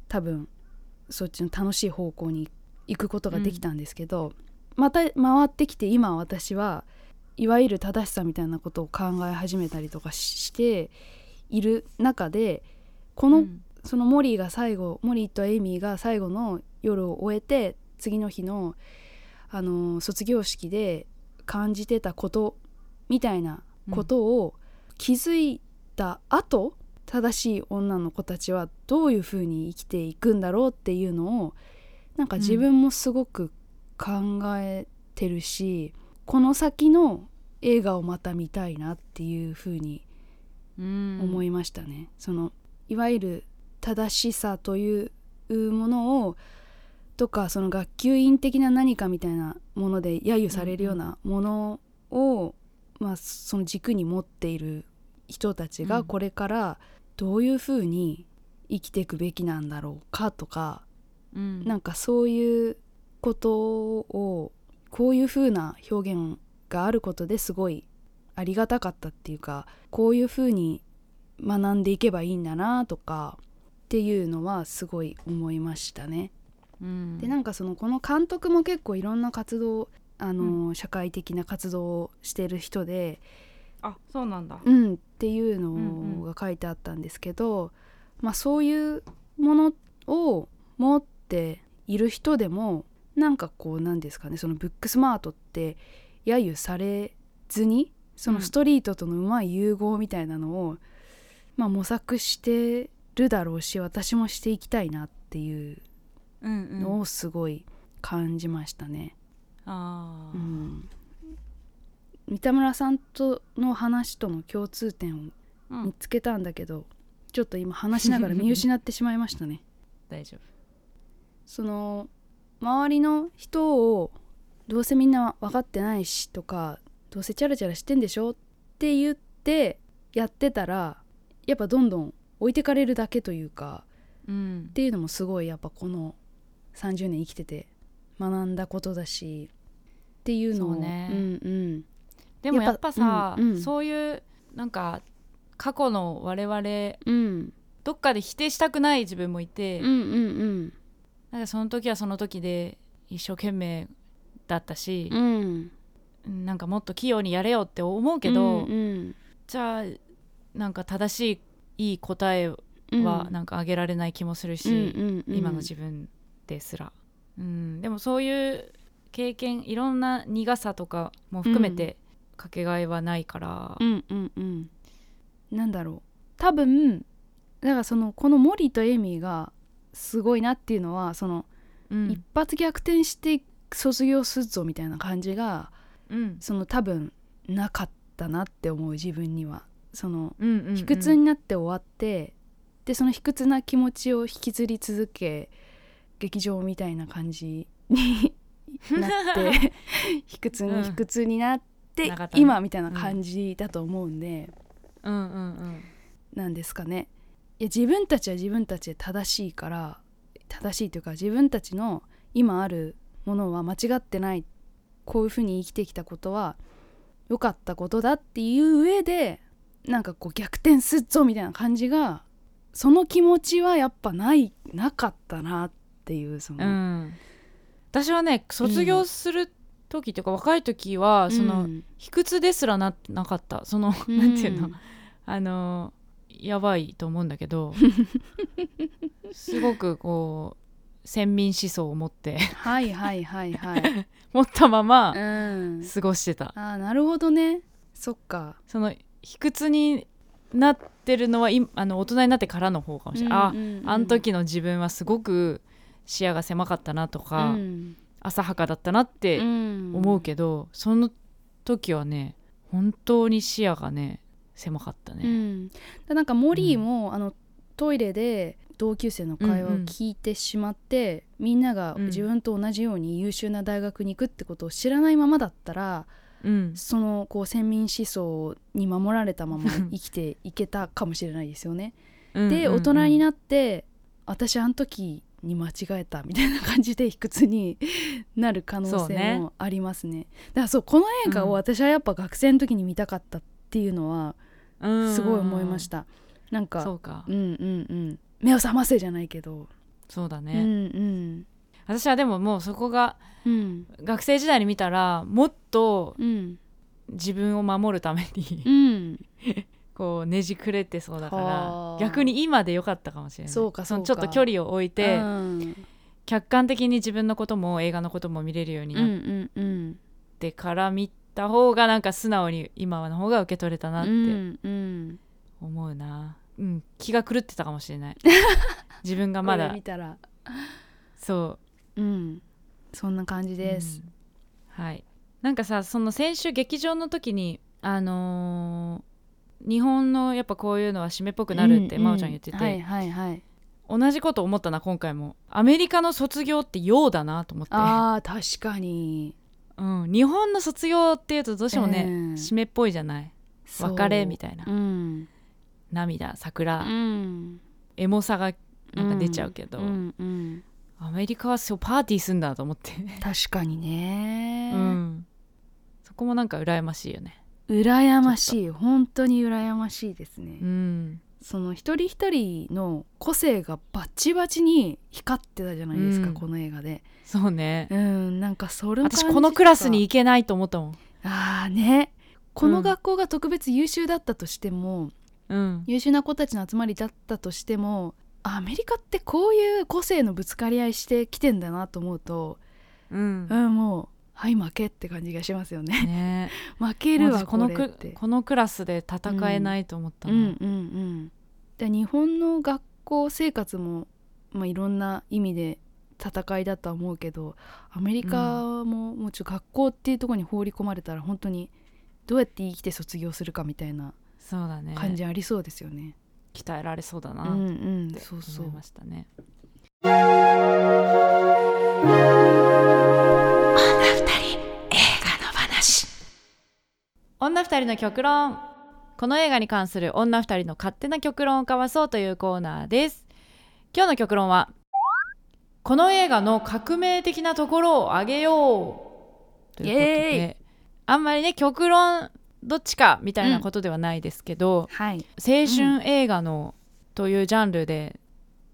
[SPEAKER 1] 多分そっちの楽しい方向に行くことができたんですけど、また回ってきて今私はいわゆる正しさみたいなことを考え始めたりとかししている中でこ
[SPEAKER 2] うん
[SPEAKER 1] の
[SPEAKER 2] うん
[SPEAKER 1] そのモリーが最後モリーとエイミーが最後の夜を終えて次の日の、あのー卒業式で感じてたことみたいなことを気づいた後、正しい女の子たちはどういうふうに生きていくんだろうっていうのをなんか自分もすごく考えてるし、この先の映画をまた見たいなっていうふうに
[SPEAKER 2] うん
[SPEAKER 1] 思いましたね、そのいわゆる正しさというものをとかその学級委員的な何かみたいなもので揶揄されるようなものを、まあ、その軸に持っている人たち
[SPEAKER 2] う
[SPEAKER 1] が
[SPEAKER 2] ん
[SPEAKER 1] これからどういうふうに生きていくべきなんだろうかとか、
[SPEAKER 2] うん
[SPEAKER 1] なんかそういうことをこういう風な表現があることですごいありがたかったっていうかこういう風に学んでいけばいいんだなとかっていうのはすごい思いましたね。
[SPEAKER 2] うん
[SPEAKER 1] でなんかそのこの監督も結構いろんな活動あの、社会的な活動をしてる人で、
[SPEAKER 2] あそうなんだ
[SPEAKER 1] うん、っていう
[SPEAKER 2] うん
[SPEAKER 1] の
[SPEAKER 2] う
[SPEAKER 1] が書いてあったんですけど、まあ、そういうものを持っている人でもなんかこうなんですかねそのブックスマートって揶揄されずにそのストリートとのうまい融合みたいなのを、まあ、模索してるだろうし私もしていきたいなっていう
[SPEAKER 2] うんうん
[SPEAKER 1] のをすごい感じましたね。
[SPEAKER 2] あ
[SPEAKER 1] う
[SPEAKER 2] ー
[SPEAKER 1] ん三田村さんとの話との共通点を
[SPEAKER 2] うん
[SPEAKER 1] 見つけたんだけどちょっと今話しながら見失ってしまいました ね
[SPEAKER 2] 大丈夫
[SPEAKER 1] その周りの人をどうせみんな分かってないしとかどうせチャラチャラしてんでしょって言ってやってたらやっぱどんどん置いてかれるだけというか
[SPEAKER 2] うん
[SPEAKER 1] っていうのもすごいやっぱこの30年生きてて学んだことだしっていうのを
[SPEAKER 2] そうね
[SPEAKER 1] うんうん
[SPEAKER 2] でも
[SPEAKER 1] や
[SPEAKER 2] や
[SPEAKER 1] っ
[SPEAKER 2] っ
[SPEAKER 1] ぱ
[SPEAKER 2] ぱさ、
[SPEAKER 1] うんうん
[SPEAKER 2] そういうなんか過去の我々
[SPEAKER 1] うん、
[SPEAKER 2] どっかで否定したくない自分もいて、
[SPEAKER 1] うんうん
[SPEAKER 2] なんかその時はその時で一生懸命だったし
[SPEAKER 1] うん、うん
[SPEAKER 2] なんかもっと器用にやれよって思うけど、
[SPEAKER 1] うん
[SPEAKER 2] じゃあなんか正しいいい答え
[SPEAKER 1] うん、
[SPEAKER 2] はなんかあげられない気もするし、
[SPEAKER 1] うんうん
[SPEAKER 2] 今の自分ですら、うん、でもそういう経験いろんな苦さとかも含めて、かけがえはないから、
[SPEAKER 1] うんうんうんなんだろう多分だからそのこのモリーとエイミーがすごいなっていうのはその、
[SPEAKER 2] うん
[SPEAKER 1] 一発逆転して卒業するぞみたいな感じが
[SPEAKER 2] うん
[SPEAKER 1] その多分なかっったなって思う自分にはその
[SPEAKER 2] うんうんうん
[SPEAKER 1] 卑屈になって終わって、でその卑屈な気持ちを引きずり続け劇場みたいな感じに なって 卑屈
[SPEAKER 2] う
[SPEAKER 1] に
[SPEAKER 2] ん
[SPEAKER 1] 卑屈になって、
[SPEAKER 2] なかったね
[SPEAKER 1] 今みたいな感じだと思うんで、
[SPEAKER 2] うんうんうん
[SPEAKER 1] なんですかねいや自分たちは自分たちで正しいから正しいというか自分たちの今あるものは間違ってないこういうふうに生きてきたことは良かったことだっていう上でなんかこう逆転すっぞみたいな感じがその気持ちはやっぱないなかったなっていうその、
[SPEAKER 2] うん、私はね卒業する時とか、若い時はその、
[SPEAKER 1] うん
[SPEAKER 2] 卑屈ですらななかったその、なんていうのあのやばいと思うんだけ どすごくこう先民思想を持って
[SPEAKER 1] はいはいはいはい、
[SPEAKER 2] 持ったまま
[SPEAKER 1] うん、
[SPEAKER 2] 過ごしてた、
[SPEAKER 1] ああなるほどねそっか
[SPEAKER 2] その卑屈になってるのは今あの大人になってからの方かもしれない、
[SPEAKER 1] うんうんうん
[SPEAKER 2] ああの時の自分はすごく視野が狭かったなとか、
[SPEAKER 1] うん
[SPEAKER 2] 浅はかだったなって思うけど、その時はね本当に視野がね狭かった
[SPEAKER 1] う
[SPEAKER 2] ね。
[SPEAKER 1] ん、でなんかモリーも、あのトイレで同級生の会話を聞いてしまって、みんなが
[SPEAKER 2] うん
[SPEAKER 1] 自分と同じように優秀な大学に行くってことを知らないままだったら、
[SPEAKER 2] うん、
[SPEAKER 1] そのこう先民思想に守られたまま生きていけたかもしれないですよね。で、大人に
[SPEAKER 2] っ
[SPEAKER 1] なって私あの時に間違えたみたいな感じで卑屈になる可能
[SPEAKER 2] そう
[SPEAKER 1] 性
[SPEAKER 2] ね。
[SPEAKER 1] もありますね。だからそうこの映画を私はやっぱ学生の時に見たかったっていうのはすごい思いましたた。なんか
[SPEAKER 2] そうか、
[SPEAKER 1] うんうんうん目を覚ませじゃないけど、
[SPEAKER 2] そうだ
[SPEAKER 1] う
[SPEAKER 2] ね、
[SPEAKER 1] ん
[SPEAKER 2] 私はでももうそこが
[SPEAKER 1] うんうん
[SPEAKER 2] 学生時代に見たらもっと
[SPEAKER 1] うん
[SPEAKER 2] 自分を守るために、
[SPEAKER 1] うん
[SPEAKER 2] こうねじくれてそうだか
[SPEAKER 1] はあ
[SPEAKER 2] ら逆に今でよかったかもしれない
[SPEAKER 1] そうか
[SPEAKER 2] の
[SPEAKER 1] そう
[SPEAKER 2] ち
[SPEAKER 1] か
[SPEAKER 2] ょっと距離を置いて、
[SPEAKER 1] うん
[SPEAKER 2] 客観的に自分のことも映画のことも見れるように
[SPEAKER 1] う
[SPEAKER 2] なっ
[SPEAKER 1] んうんうん
[SPEAKER 2] てから見た方がなんか素直に今の方が受け取れたなっ
[SPEAKER 1] う
[SPEAKER 2] て
[SPEAKER 1] んうん
[SPEAKER 2] 思うな、うん気が狂ってたかもしれ ない自分がま
[SPEAKER 1] これ
[SPEAKER 2] だ
[SPEAKER 1] 見たら
[SPEAKER 2] そう
[SPEAKER 1] うんそんな感じです、
[SPEAKER 2] うんはいなんかさその先週劇場の時にあのー日本のやっぱこういうのは締めっぽくなるって
[SPEAKER 1] うん
[SPEAKER 2] 真央ちゃん言ってて、
[SPEAKER 1] うんはいはいはい
[SPEAKER 2] 同じこと思ったな今回もアメリカの卒業って用だなと思って、
[SPEAKER 1] あー確かに
[SPEAKER 2] うん、日本の卒業っていうとどうしてもね、
[SPEAKER 1] うん
[SPEAKER 2] 締めっぽいじゃない
[SPEAKER 1] そう
[SPEAKER 2] 別れみたいな、
[SPEAKER 1] うん
[SPEAKER 2] 涙
[SPEAKER 1] う
[SPEAKER 2] 桜、
[SPEAKER 1] ん
[SPEAKER 2] エモさがなんか出ちゃうけど、
[SPEAKER 1] うんうん
[SPEAKER 2] アメリカはそうパーティーすんだと思って、
[SPEAKER 1] 確かにね、
[SPEAKER 2] うん、そこもなんか羨ましいよね、
[SPEAKER 1] 羨ましい本当に羨ましいですね、
[SPEAKER 2] うん、
[SPEAKER 1] その一人一人の個性がバッチバチに光ってたじゃないですか、
[SPEAKER 2] うん
[SPEAKER 1] この映画で
[SPEAKER 2] そうね
[SPEAKER 1] うんなんかそれを感じ
[SPEAKER 2] 私
[SPEAKER 1] た
[SPEAKER 2] このクラスに行けないと思ったもん、
[SPEAKER 1] ああねこ
[SPEAKER 2] う
[SPEAKER 1] の
[SPEAKER 2] ん
[SPEAKER 1] 学校が特別優秀だったとしても、
[SPEAKER 2] うん、
[SPEAKER 1] 優秀な子たちの集まりだったとしてもアメリカってこういう個性のぶつかり合いしてきてんだなと思うと、
[SPEAKER 2] うん
[SPEAKER 1] うん、もうはい負けって感じがしますよね
[SPEAKER 2] ね
[SPEAKER 1] 負け
[SPEAKER 2] え
[SPEAKER 1] る
[SPEAKER 2] 私
[SPEAKER 1] わ
[SPEAKER 2] こ
[SPEAKER 1] こ
[SPEAKER 2] の
[SPEAKER 1] れっ
[SPEAKER 2] く
[SPEAKER 1] て
[SPEAKER 2] このクラスで戦えないと思った
[SPEAKER 1] う
[SPEAKER 2] の、
[SPEAKER 1] んうんうん、で日本の学校生活も、まあ、いろんな意味で戦いだとは思うけどアメリカももうちょっと学校っていうところに放り込まれたら本当にどうやって生きて卒業するかみたいな
[SPEAKER 2] そうだね
[SPEAKER 1] 感じありそうですよね。
[SPEAKER 2] 鍛えられそうだな
[SPEAKER 1] うん
[SPEAKER 2] っ
[SPEAKER 1] うん、
[SPEAKER 2] て
[SPEAKER 1] そうそ
[SPEAKER 2] 思いうましたね、女二人の極論この映画に関する女二人の勝手な極論を交わそうというコーナーです今日の極論はこの映画の革命的なところをあげようということ
[SPEAKER 1] イエ
[SPEAKER 2] であんまりね極論どっちかみたいなことではないですけど、
[SPEAKER 1] はい、
[SPEAKER 2] 青春映画のというジャンルで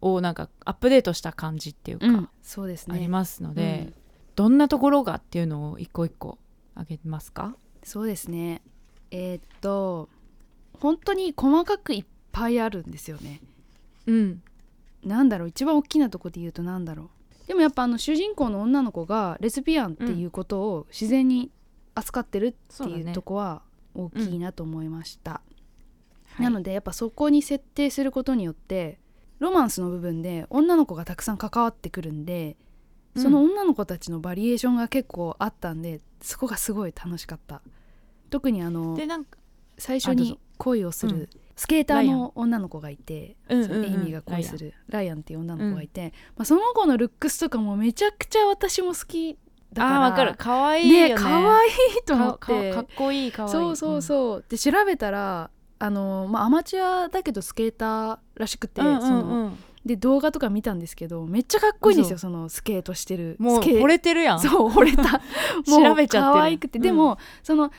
[SPEAKER 2] をなんかアップデートした感じっていうか、
[SPEAKER 1] うん、そうです
[SPEAKER 2] あり
[SPEAKER 1] ね。
[SPEAKER 2] ますので、
[SPEAKER 1] うん
[SPEAKER 2] どんなところがっていうのを一個一個あげますか
[SPEAKER 1] そうですね。えーっと本当に細かくいっぱいあるんですよね。
[SPEAKER 2] うん
[SPEAKER 1] なんだろう一番大きなとこで言うとなんだろうでもやっぱあの主人公の女の子がレズビアンっていうことを自然に扱ってるって
[SPEAKER 2] そうだ
[SPEAKER 1] いう
[SPEAKER 2] ね
[SPEAKER 1] とこは大きいなと思いました、
[SPEAKER 2] はい
[SPEAKER 1] なのでやっぱそこに設定することによってロマンスの部分で女の子がたくさん関わってくるんでその女の子たちのバリエーションが結構あったんでそこがすごい楽しかった特にあの
[SPEAKER 2] でなんか
[SPEAKER 1] 最初
[SPEAKER 2] あどうぞ
[SPEAKER 1] に恋をする、
[SPEAKER 2] うん
[SPEAKER 1] スケータ
[SPEAKER 2] ラ
[SPEAKER 1] ー
[SPEAKER 2] イア
[SPEAKER 1] の女の子がいて、
[SPEAKER 2] うん
[SPEAKER 1] そ
[SPEAKER 2] うんう
[SPEAKER 1] の
[SPEAKER 2] ん
[SPEAKER 1] エイミーが恋するライアンっていう女の子がいて、まあ、その子のルックスとかもめちゃくちゃ私も好きだから
[SPEAKER 2] あーわかる可愛いよ
[SPEAKER 1] ね
[SPEAKER 2] ね
[SPEAKER 1] 可愛いと思っ
[SPEAKER 2] かか
[SPEAKER 1] て
[SPEAKER 2] かっこいい可愛い
[SPEAKER 1] そうそうそう、で調べたらあの、まあ、アマチュアだけどスケーターらしくて、
[SPEAKER 2] うん、うんう
[SPEAKER 1] そ
[SPEAKER 2] ん
[SPEAKER 1] の
[SPEAKER 2] うん
[SPEAKER 1] で動画とか見たんですけどめっちゃかっこいいんですよそのスケートしてる
[SPEAKER 2] もう
[SPEAKER 1] スケ
[SPEAKER 2] 惚れてるやん
[SPEAKER 1] そう惚れ たもう
[SPEAKER 2] 調べちゃってる
[SPEAKER 1] 可愛くて
[SPEAKER 2] うん
[SPEAKER 1] でも、その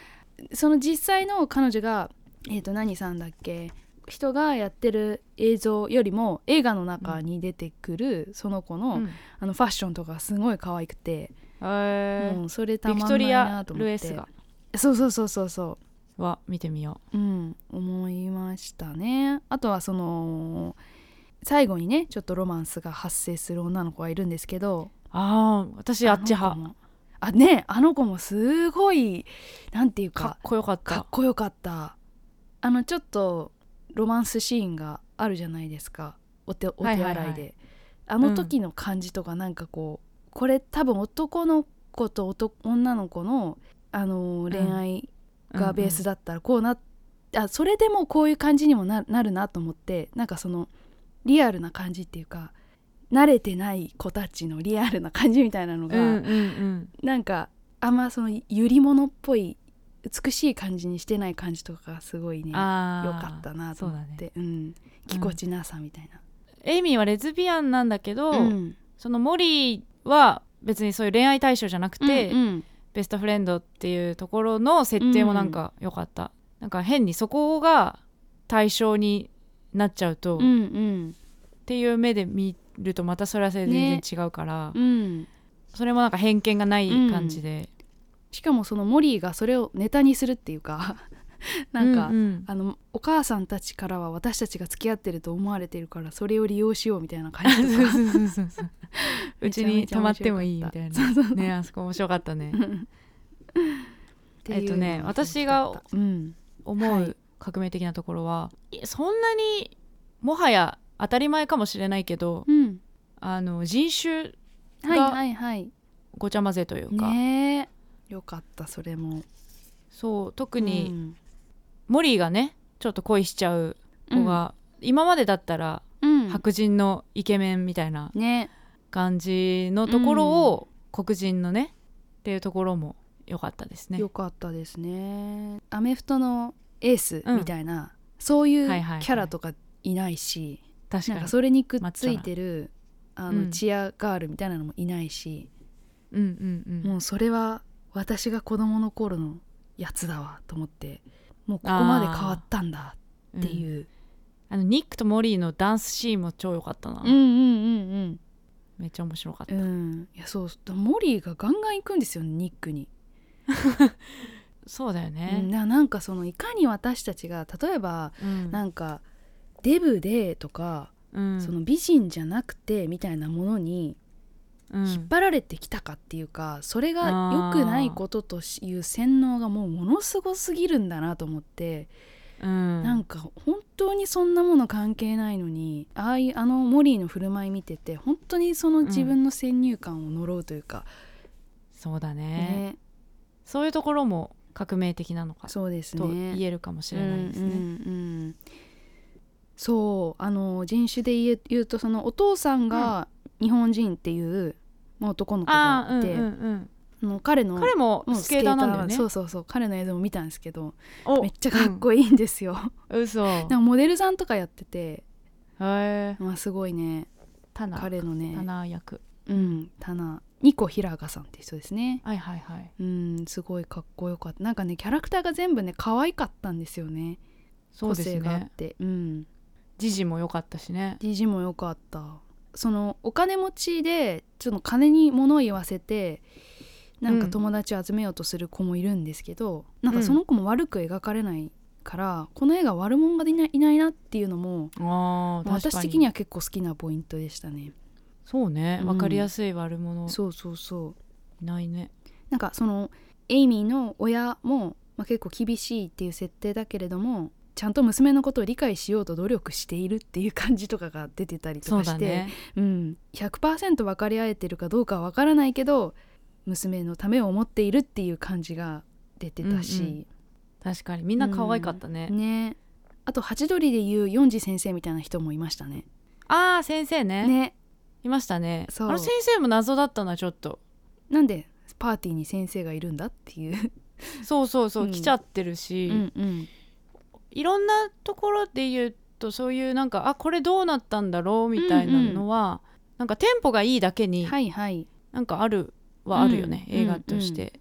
[SPEAKER 1] その実際の彼女がえっ、と何さんだっけ人がやってる映像よりも映画の中に出てくるその子の,、
[SPEAKER 2] うん
[SPEAKER 1] あのファッションとかすごい可愛くて、
[SPEAKER 2] へー
[SPEAKER 1] もうそれた
[SPEAKER 2] ビク
[SPEAKER 1] ま
[SPEAKER 2] ト
[SPEAKER 1] んない
[SPEAKER 2] リ
[SPEAKER 1] な
[SPEAKER 2] ア・
[SPEAKER 1] と思
[SPEAKER 2] ル
[SPEAKER 1] っ
[SPEAKER 2] エ
[SPEAKER 1] て
[SPEAKER 2] スが
[SPEAKER 1] そうそうそうそうそう
[SPEAKER 2] は見てみよ
[SPEAKER 1] うん、思いましたねあとはその最後にねちょっとロマンスが発生する女の子がいるんですけど
[SPEAKER 2] うああ私あっち
[SPEAKER 1] あの
[SPEAKER 2] 派
[SPEAKER 1] 子もあねあの子もすごいなんていう
[SPEAKER 2] かっ
[SPEAKER 1] か
[SPEAKER 2] こよかっ
[SPEAKER 1] かったこよかったあのちょっとロマンスシーンがあるじゃないですかお手お手洗いで、
[SPEAKER 2] はいはいはい
[SPEAKER 1] あの時の感じとかなんかこう、これ多分男の子と男女の子の、あのー
[SPEAKER 2] うん
[SPEAKER 1] 恋愛がベース
[SPEAKER 2] だ
[SPEAKER 1] だったらこうなっ、あそれでもこういう感じにもななるなと思ってなんかそのリアルな感じっていうか慣れてない子たちのリアルな感じみたいなのが、
[SPEAKER 2] うんうんうん
[SPEAKER 1] なんかあんまそのゆり物っぽい美しい感じにしてない感じとかがすごいね
[SPEAKER 2] うん
[SPEAKER 1] 良
[SPEAKER 2] ああ
[SPEAKER 1] かったなと思ってう、ん、ぎこちなさみたいな。
[SPEAKER 2] エイミーはレズビアンなんだけど、
[SPEAKER 1] うん
[SPEAKER 2] そのモリーは別にそういう恋愛対象じゃなくて、
[SPEAKER 1] うんうん
[SPEAKER 2] ベストフレンドっていうところの設定もなんか良かった、なんか変にそこが対象になっちゃうと、
[SPEAKER 1] う
[SPEAKER 2] っ
[SPEAKER 1] ん
[SPEAKER 2] ていう目で見るとまたそれはそれで全然違うから、
[SPEAKER 1] うんうん、
[SPEAKER 2] それもなんか偏見がない感じで、
[SPEAKER 1] しかもそのモリーがそれをネタにするっていうか なんか、
[SPEAKER 2] ううん
[SPEAKER 1] あのお母さんたちからは私たちが付き合ってると思われてるからそれを利用しようみたいな感じと
[SPEAKER 2] そう
[SPEAKER 1] か
[SPEAKER 2] そうそうそうそうう
[SPEAKER 1] めち
[SPEAKER 2] ち
[SPEAKER 1] ゃめ
[SPEAKER 2] に
[SPEAKER 1] ちゃ
[SPEAKER 2] 泊まってもいいみたいなね あそこ面白かったね えっとね私が、
[SPEAKER 1] っていうの
[SPEAKER 2] 思
[SPEAKER 1] は
[SPEAKER 2] う
[SPEAKER 1] い
[SPEAKER 2] 革命的なところは、いやそんなにもはや当たり前かもしれないけど
[SPEAKER 1] うんうん、
[SPEAKER 2] あの人
[SPEAKER 1] は
[SPEAKER 2] 種
[SPEAKER 1] い
[SPEAKER 2] が
[SPEAKER 1] はいはい
[SPEAKER 2] ごちゃ混ぜというか、
[SPEAKER 1] ねえよかったそれも
[SPEAKER 2] そう特
[SPEAKER 1] う
[SPEAKER 2] に
[SPEAKER 1] ん
[SPEAKER 2] モリーがねちょっと恋しちゃう子が、今までだったら
[SPEAKER 1] うん
[SPEAKER 2] 白人のイケメンみたいな
[SPEAKER 1] ね
[SPEAKER 2] 感じのところを、黒人のねっていうところも良かったですね
[SPEAKER 1] よ。かったですねアメフトのエースみたいな、そういうキ
[SPEAKER 2] はいはいはい
[SPEAKER 1] ャラとかいないし、
[SPEAKER 2] 確
[SPEAKER 1] なん
[SPEAKER 2] か
[SPEAKER 1] か
[SPEAKER 2] に
[SPEAKER 1] それにくっついてるあの、
[SPEAKER 2] うん
[SPEAKER 1] チアガールみたいなのもいないし、
[SPEAKER 2] うんうんうん
[SPEAKER 1] もうそれは私が子供の頃のやつだわと思ってもうここまで変わったんだ
[SPEAKER 2] うん
[SPEAKER 1] っていう、
[SPEAKER 2] あのニックとモリーのダンスシーンも超良かったな、
[SPEAKER 1] うんうん
[SPEAKER 2] めっちゃ面白かった、
[SPEAKER 1] うんうんいやそうモリーがガンガン行くんですよねニックに、
[SPEAKER 2] そうだよ
[SPEAKER 1] うん
[SPEAKER 2] ね、
[SPEAKER 1] ななんかそのいかに私たちが例えば
[SPEAKER 2] うん
[SPEAKER 1] なんかデブでとか、
[SPEAKER 2] うん
[SPEAKER 1] その美人じゃなくてみたいなものに
[SPEAKER 2] うん
[SPEAKER 1] 引っ張られてきたかっていうか、それが良くないことという洗脳がもうものすごすぎるんだなと思って
[SPEAKER 2] うん
[SPEAKER 1] なんか本当にそんなもの関係ないのにああいうあのモリーの振る舞い見てて本当にその自分の先入観を呪うというか、
[SPEAKER 2] そうだね
[SPEAKER 1] ね
[SPEAKER 2] そういうところも革命的なのか
[SPEAKER 1] そうですね。
[SPEAKER 2] と言えるかもしれないです
[SPEAKER 1] うんうん
[SPEAKER 2] ね。
[SPEAKER 1] うんそうあの人種で言え言うとそのお父さんが日本人っていう、まあ、男の子
[SPEAKER 2] ああ
[SPEAKER 1] がいて、
[SPEAKER 2] うんうん
[SPEAKER 1] あの彼の
[SPEAKER 2] うん、彼も
[SPEAKER 1] もう
[SPEAKER 2] スケーターなんだよね。
[SPEAKER 1] そうそうそう彼の映像も見たんですけど
[SPEAKER 2] お
[SPEAKER 1] めっちゃかっこいいんですよ。
[SPEAKER 2] うん嘘。へ
[SPEAKER 1] なんかモデルさんとかやってて、
[SPEAKER 2] え。
[SPEAKER 1] まあ、すごいね
[SPEAKER 2] タナ
[SPEAKER 1] 彼のね
[SPEAKER 2] タナ役。
[SPEAKER 1] うん、タナニコ・ヒラガさんって人ですね。
[SPEAKER 2] はいはいはい。
[SPEAKER 1] うん、すごいかっこよかった。なんかね、キャラクターが全部ね、可愛かったんですよね。
[SPEAKER 2] そうです
[SPEAKER 1] 個性があっ
[SPEAKER 2] ね。
[SPEAKER 1] て、うん、
[SPEAKER 2] ジジも良かったしね。
[SPEAKER 1] ジジも良かった。そのお金持ちで、ちょっと金に物を言わせて。なんか
[SPEAKER 2] うん
[SPEAKER 1] 友達を集めようとする子もいるんですけど、なん
[SPEAKER 2] う
[SPEAKER 1] か
[SPEAKER 2] ん
[SPEAKER 1] その子も悪く描かれないから、この映画悪者がいないいないなっていうのも
[SPEAKER 2] ああ確
[SPEAKER 1] 私
[SPEAKER 2] か
[SPEAKER 1] 的には結構好きなポイントでしたね。
[SPEAKER 2] そうね。
[SPEAKER 1] うん
[SPEAKER 2] わかりやすい悪者
[SPEAKER 1] そうそうそう。
[SPEAKER 2] いないね。
[SPEAKER 1] なんかそのエイミーの親も、まあ、結構厳しいっていう設定だけれどもちゃんと娘のことを理解しようと努力しているっていう感じとかが出てたりと
[SPEAKER 2] そう
[SPEAKER 1] かし
[SPEAKER 2] だ
[SPEAKER 1] て
[SPEAKER 2] ね。
[SPEAKER 1] うん、100%分かり合えてるかどうかは分からないけど娘のためを思っているっていう感じが出てたし、
[SPEAKER 2] うん確かにみんな可愛かったね、
[SPEAKER 1] ねあとハチドリで言うヨンジ先生みたいな人もいましたね
[SPEAKER 2] ああ先生ね
[SPEAKER 1] ね
[SPEAKER 2] いましたね
[SPEAKER 1] そう
[SPEAKER 2] あれ先生も謎だったなちょっと
[SPEAKER 1] なんでパーティーに先生がいるんだっていう
[SPEAKER 2] そうそうそう、
[SPEAKER 1] うん
[SPEAKER 2] 来ちゃってるし、
[SPEAKER 1] うん
[SPEAKER 2] いろんなところで言うとそういうなんかあこれどうなったんだろうみたいなのは、なんかテンポがいいだけに、
[SPEAKER 1] はいはい
[SPEAKER 2] なんかあるはあるよね、
[SPEAKER 1] うん
[SPEAKER 2] 映画として、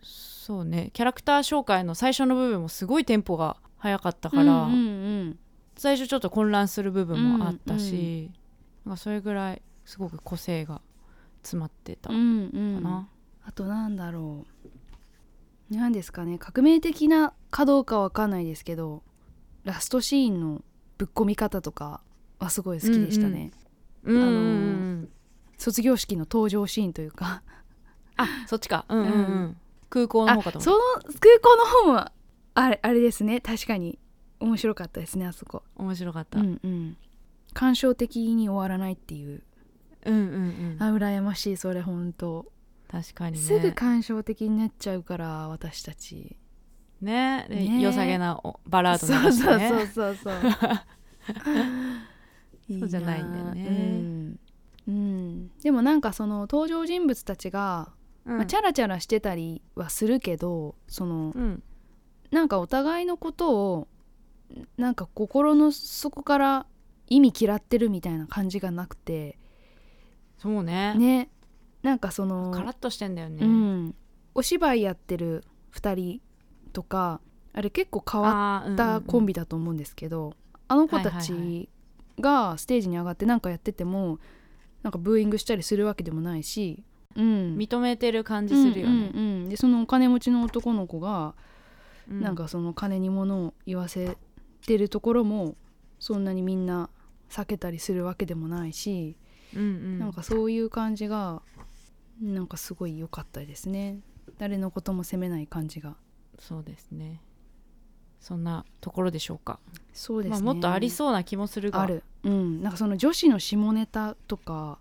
[SPEAKER 2] そうねキャラクター紹介の最初の部分もすごいテンポが速かったから、
[SPEAKER 1] うんうん
[SPEAKER 2] 最初ちょっと混乱する部分もあったし、なんかそれぐらいすごく個性が詰まってた
[SPEAKER 1] う
[SPEAKER 2] か
[SPEAKER 1] んうんうん
[SPEAKER 2] な、
[SPEAKER 1] あとなんだろう何ですかね革命的なかどうかわかんないですけどラストシーンのぶっ込み方とかはすごい好きでしたね、
[SPEAKER 2] うんうんうんうん
[SPEAKER 1] 卒業式の登場シーンというか
[SPEAKER 2] あそっちか、うんうんうん空港の
[SPEAKER 1] あ
[SPEAKER 2] 方かと思
[SPEAKER 1] その空港の方もあれあれですね確かに面白かったですねあそこ
[SPEAKER 2] う面白かった、
[SPEAKER 1] う
[SPEAKER 2] うん、
[SPEAKER 1] んうん感傷的に終わらないっていう
[SPEAKER 2] うんうん
[SPEAKER 1] あ羨ましいそれ本当
[SPEAKER 2] 確かにね
[SPEAKER 1] すぐ感傷的になっちゃうから私たち
[SPEAKER 2] ねで
[SPEAKER 1] ね
[SPEAKER 2] 良さげなおバラード
[SPEAKER 1] そう
[SPEAKER 2] 流して
[SPEAKER 1] そう
[SPEAKER 2] ね
[SPEAKER 1] そうそうそう
[SPEAKER 2] そうじゃないんだよね
[SPEAKER 1] いうんうんでもなんかその登場人物たちが、
[SPEAKER 2] うん
[SPEAKER 1] まあ、チャラチャラしてたりはするけどその
[SPEAKER 2] うん
[SPEAKER 1] なんかお互いのことをなんか心の底から意味嫌ってるみたいな感じがなくて
[SPEAKER 2] そうね
[SPEAKER 1] ねなんかその
[SPEAKER 2] カラッとしてんだよね、
[SPEAKER 1] うん、お芝居やってる2人とかあれ結構変わ
[SPEAKER 2] あーう
[SPEAKER 1] っ
[SPEAKER 2] んうんうん
[SPEAKER 1] たコンビだと思うんですけど、あの子た
[SPEAKER 2] はいはいは
[SPEAKER 1] ちがステージに上がってなんかやっててもなんかブーイングしたりするわけでもないし、うん、
[SPEAKER 2] 認めてる感じするよね、
[SPEAKER 1] うんうんうんでそのお金持ちの男の子が
[SPEAKER 2] う
[SPEAKER 1] なんかその金に物を言わせてるところもそんなにみんな避けたりするわけでもないし、
[SPEAKER 2] うんうん
[SPEAKER 1] なんかそういう感じがなんかすごい良かったですね誰のことも責めない感じが
[SPEAKER 2] そうですねそんなところでしょうか
[SPEAKER 1] そうです
[SPEAKER 2] まあ、
[SPEAKER 1] ね、
[SPEAKER 2] もっとありそうな気もするが
[SPEAKER 1] あるうんなんかその女子の下ネタとか、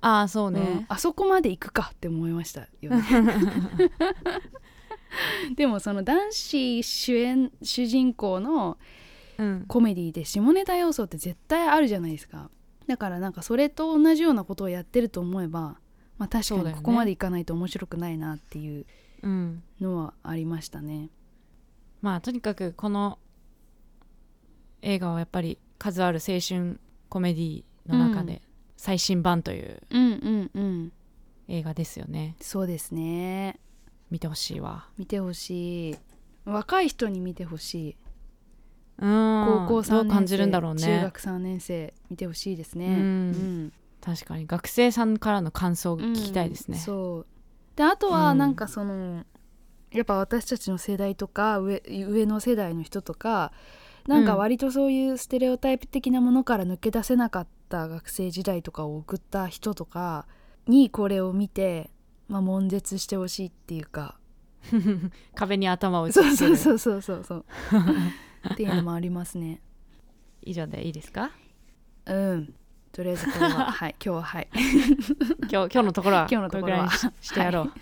[SPEAKER 2] ああそうね、
[SPEAKER 1] うんあそこまで行くかって思いましたよ ねでもその男子主演主人公の
[SPEAKER 2] うん
[SPEAKER 1] コメディで下ネタ要素って絶対あるじゃないですかだからなんかそれと同じようなことをやってると思えば、まあ、確か
[SPEAKER 2] そうだ
[SPEAKER 1] に
[SPEAKER 2] よね
[SPEAKER 1] ここまでいかないと面白くないなっていう
[SPEAKER 2] うん
[SPEAKER 1] のはありましたね。
[SPEAKER 2] まあとにかくこの映画はやっぱり数ある青春コメディの中
[SPEAKER 1] うん
[SPEAKER 2] で最新版という
[SPEAKER 1] うんうんうん
[SPEAKER 2] 映画ですよね
[SPEAKER 1] そうですね
[SPEAKER 2] 見てほしいわ
[SPEAKER 1] 見てほしい若い人に見てほしい
[SPEAKER 2] うん
[SPEAKER 1] 高校
[SPEAKER 2] ど
[SPEAKER 1] 3年生
[SPEAKER 2] う感じるんだろう
[SPEAKER 1] 中
[SPEAKER 2] ね
[SPEAKER 1] 学3年生見てほしいですね。
[SPEAKER 2] うん
[SPEAKER 1] ん
[SPEAKER 2] 確かに学生さんからの感想を聞きたいですね
[SPEAKER 1] うん、そうであとは
[SPEAKER 2] うん
[SPEAKER 1] なんかその、やっぱ私たちの世代とか上上の世代の人とかなんか割とそういうステレオタイプ的なものから抜け出せなかった学生時代とかを送った人とかにこれを見て、まあ、悶絶してほしいっていうか
[SPEAKER 2] 壁に頭を打ち
[SPEAKER 1] そう
[SPEAKER 2] つけ
[SPEAKER 1] そうそう
[SPEAKER 2] る
[SPEAKER 1] そうそうそうっていうの もありますね。
[SPEAKER 2] 以上でいいですか
[SPEAKER 1] うんとりあえずこれは はい今日ははい
[SPEAKER 2] 今日今日 のところは
[SPEAKER 1] 今日のところは
[SPEAKER 2] れぐらいにししてやろう、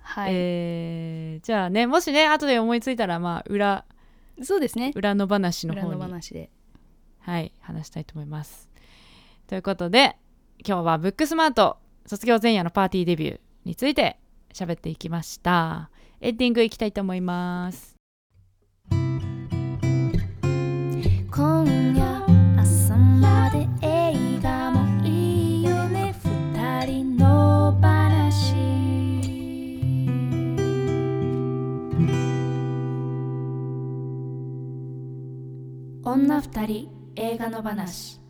[SPEAKER 1] はい、
[SPEAKER 2] えーじゃあねもしね後で思いついたらまあ裏
[SPEAKER 1] そうですね
[SPEAKER 2] 裏の話の
[SPEAKER 1] 裏
[SPEAKER 2] 方
[SPEAKER 1] の
[SPEAKER 2] に
[SPEAKER 1] 話で
[SPEAKER 2] はい話したいと思いますということで今日はブックスマート卒業前夜のパーティーデビューについて喋っていきましたエンディングいきたいと思います
[SPEAKER 3] 今夜朝まで映画もいいよね二人の話女二人映画の話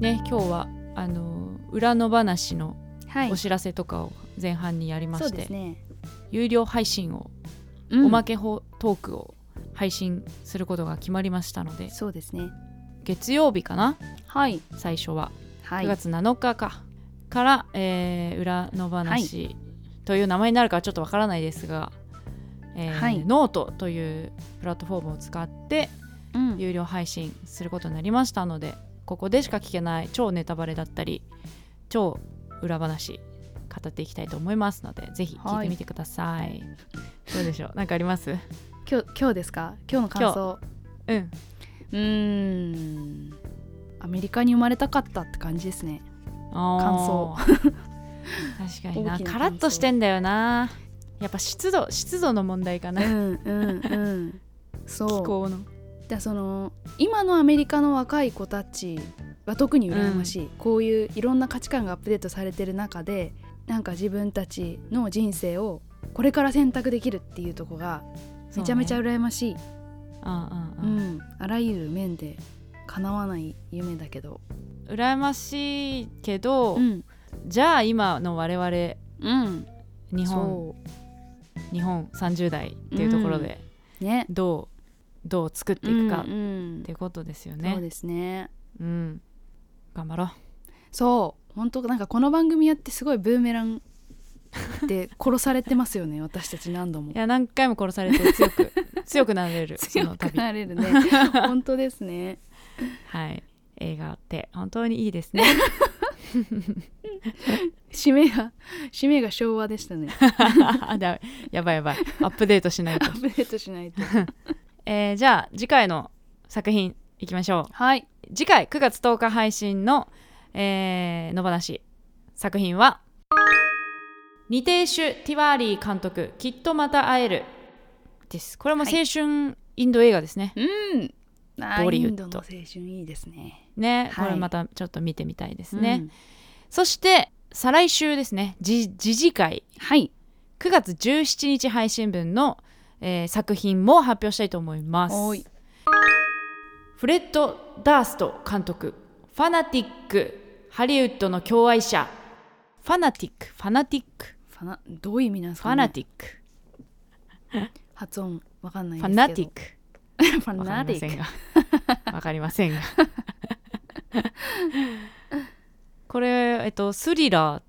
[SPEAKER 2] ね今日はあの裏の話の
[SPEAKER 1] はい
[SPEAKER 2] お知らせとかを前半にやりま
[SPEAKER 1] そう
[SPEAKER 2] し
[SPEAKER 1] で
[SPEAKER 2] て、
[SPEAKER 1] すね、
[SPEAKER 2] 有料配信を、
[SPEAKER 1] うん
[SPEAKER 2] おまけほトークを配信することが決まりましたので
[SPEAKER 1] そうですね
[SPEAKER 2] 月曜日かな
[SPEAKER 1] はい
[SPEAKER 2] 最初は
[SPEAKER 1] は
[SPEAKER 2] 9
[SPEAKER 1] い
[SPEAKER 2] 月7日か、から、えー裏の話、という名前になるかはちょっとわからないですが、えー
[SPEAKER 1] はい
[SPEAKER 2] ノートというプラットフォームを使って
[SPEAKER 1] うん
[SPEAKER 2] 有料配信することになりましたのでここでしか聞けない超ネタバレだったり超裏話語っていきたいと思いますのでぜひ聞いてみてください、どうでしょう何かあります
[SPEAKER 1] 今日今日ですか今日の感想
[SPEAKER 2] うん
[SPEAKER 1] うーんアメリカに生まれたかったって感じですね
[SPEAKER 2] 感
[SPEAKER 1] 感想
[SPEAKER 2] 確かに
[SPEAKER 1] 大
[SPEAKER 2] な
[SPEAKER 1] きな感想
[SPEAKER 2] カラッとしてんだよなやっぱ湿度湿度の問題か
[SPEAKER 1] う
[SPEAKER 2] な気
[SPEAKER 1] んうんうん そ
[SPEAKER 2] 候の
[SPEAKER 1] うだその今のアメリカの若い子たちは特に羨ましい、こういういろんな価値観がアップデートされてる中でなんか自分たちの人生をこれから選択できるっていうとこがめちゃめちゃ
[SPEAKER 2] そうね
[SPEAKER 1] 羨ましい
[SPEAKER 2] うん
[SPEAKER 1] う
[SPEAKER 2] うんうん
[SPEAKER 1] ん、あらゆる面で叶わない夢だけど、
[SPEAKER 2] 羨ましいけど、
[SPEAKER 1] ん
[SPEAKER 2] じゃあ今の我々
[SPEAKER 1] うん、
[SPEAKER 2] 日本
[SPEAKER 1] そ
[SPEAKER 2] 日本30代っていうところで
[SPEAKER 1] うね
[SPEAKER 2] どう、どう作っていく
[SPEAKER 1] うん
[SPEAKER 2] かっ
[SPEAKER 1] うん
[SPEAKER 2] ていうことですよ
[SPEAKER 1] そう
[SPEAKER 2] ね。
[SPEAKER 1] ですね
[SPEAKER 2] うん、頑張ろう。
[SPEAKER 1] そう本当なんかこの番組やってすごいブーメランで殺されてます よね私たち何度も
[SPEAKER 2] いや何回も殺されて強 く強くなれるそ
[SPEAKER 1] 強
[SPEAKER 2] の
[SPEAKER 1] く
[SPEAKER 2] 度。
[SPEAKER 1] なれるね本当ですね
[SPEAKER 2] はい。映画って本当にいいです ね。
[SPEAKER 1] 締めが締めが昭和でした ね
[SPEAKER 2] だやばいやばい。アップデートしない
[SPEAKER 1] ア
[SPEAKER 2] と。
[SPEAKER 1] ップデートしないと
[SPEAKER 2] えーじゃあ次回の作品いきましょ
[SPEAKER 1] はいう
[SPEAKER 2] 次回9月10日配信の、えー野放し作品は二亭主ティワーリー監督「きっとまた会える」ですこれも青春インド映画ですね、
[SPEAKER 1] うんあ
[SPEAKER 2] ボ
[SPEAKER 1] ー
[SPEAKER 2] リ
[SPEAKER 1] イ
[SPEAKER 2] ウッ
[SPEAKER 1] ン
[SPEAKER 2] ド
[SPEAKER 1] ドの青春いいですね
[SPEAKER 2] ね、
[SPEAKER 1] はい
[SPEAKER 2] これまたちょっと見てみたいですね、そして再来週ですねじ次次回
[SPEAKER 1] うんはい
[SPEAKER 2] 9月17日配信分の、えー作品も発表したいと思います
[SPEAKER 1] おい
[SPEAKER 2] フレッド・ダースト監督ファナティックハリウッドの共愛者ファナティックファナティック
[SPEAKER 1] ファナどういう意味なんです
[SPEAKER 2] フ
[SPEAKER 1] か、ね、
[SPEAKER 2] ァナティック、
[SPEAKER 1] 発音わかんない
[SPEAKER 2] フ
[SPEAKER 1] です
[SPEAKER 2] ァ
[SPEAKER 1] けど
[SPEAKER 2] ナティック
[SPEAKER 1] ファ
[SPEAKER 2] わか
[SPEAKER 1] ナ
[SPEAKER 2] り
[SPEAKER 1] ティ
[SPEAKER 2] ません
[SPEAKER 1] ック
[SPEAKER 2] がわかりませんが これえっとスリラーっ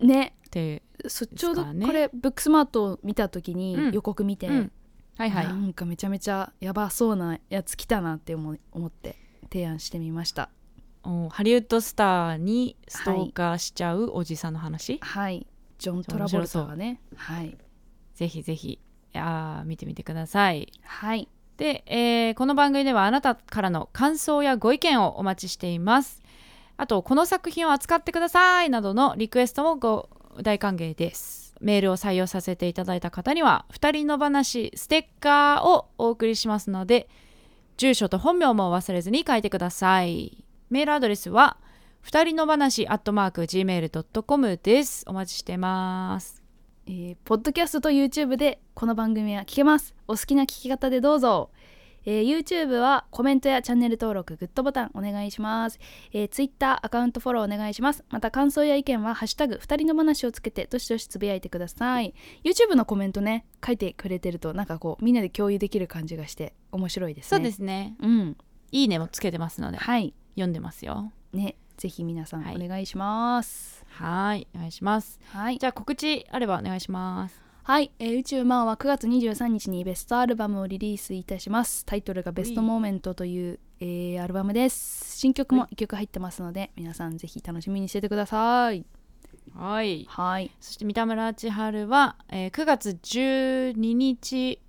[SPEAKER 1] ね
[SPEAKER 2] て、
[SPEAKER 1] そちょうど
[SPEAKER 2] ですかね
[SPEAKER 1] これブックスマートを見た時
[SPEAKER 2] うん
[SPEAKER 1] に予告見て、
[SPEAKER 2] うんはいはい
[SPEAKER 1] なんかめちゃめちゃやばそうなやつ来たなって思い思って提案してみました
[SPEAKER 2] おハリウッドスターにストーカーしちゃうおじさんの話、
[SPEAKER 1] はいジョン・
[SPEAKER 2] じゃ
[SPEAKER 1] ト
[SPEAKER 2] あ
[SPEAKER 1] ラボルタがねはい
[SPEAKER 2] ぜひぜひあー見てみてください
[SPEAKER 1] はい
[SPEAKER 2] で、えーこの番組ではあなたからの感想やご意見をお待ちしていますあとこの作品を扱ってくださいなどのリクエストもご大歓迎ですメールを採用させていただいた方には二人の話ステッカーをお送りしますので住所と本名も忘れずに書いてくださいメールアドレスは二人の話アットマーク gmail.com ですお待ちしてます
[SPEAKER 1] えーポッドキャストと YouTube でこの番組は聞けますお好きな聞き方でどうぞ、えー YouTube はコメントやチャンネル登録グッドボタンお願いします、えー Twitter アカウントフォローお願いしますまた感想や意見は「ハッシュタグ二人の話」をつけてどしどしつぶやいてください YouTube のコメントね書いてくれてるとなんかこうみんなで共有できる感じがして面白いですね
[SPEAKER 2] そうですね
[SPEAKER 1] うん
[SPEAKER 2] いいねもつけてますので
[SPEAKER 1] はい
[SPEAKER 2] 読んでますよ
[SPEAKER 1] ねぜひ皆さん
[SPEAKER 2] はい
[SPEAKER 1] お願いします
[SPEAKER 2] はい、お願いします。
[SPEAKER 1] はい
[SPEAKER 2] じゃあ告知あればお願いします。
[SPEAKER 1] はい、えー宇宙マンは9月23日にベストアルバムをリリースいたしますタイトルが「ベストモーメント」という、えーアルバムです新曲も1曲入ってますので、皆さんぜひ楽しみにしててください
[SPEAKER 2] はい。
[SPEAKER 1] はい
[SPEAKER 2] そして三田村千春は、えー9月12日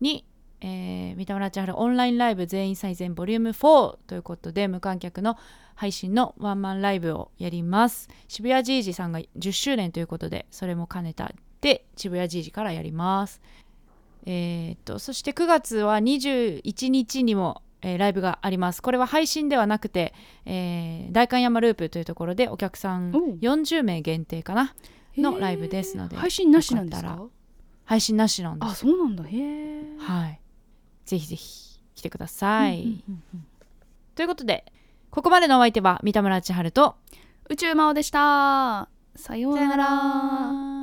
[SPEAKER 2] に、えー三田村千春オンラインライブ全員最善ボリューム4ということで無観客の配信のワンマンライブをやります。渋谷じいじさんが10周年ということでそれも兼ねたで渋谷じいじからやります。えーっとそして9月は21日にも、えーライブがあります。これは配信ではなくて、えー、代官山ループというところでお客さん
[SPEAKER 1] おう
[SPEAKER 2] 40名限定かなのライブですので、
[SPEAKER 1] 配信なしなんです
[SPEAKER 2] よ
[SPEAKER 1] か
[SPEAKER 2] か配信なしなんで
[SPEAKER 1] あ
[SPEAKER 2] す。
[SPEAKER 1] そうなんだへえ
[SPEAKER 2] はい、ぜひぜひ来てください。
[SPEAKER 1] うんうんうん
[SPEAKER 2] ということでここまでのお相手は三田村千春と
[SPEAKER 1] 宇宙マオでしたさようなら
[SPEAKER 2] ら。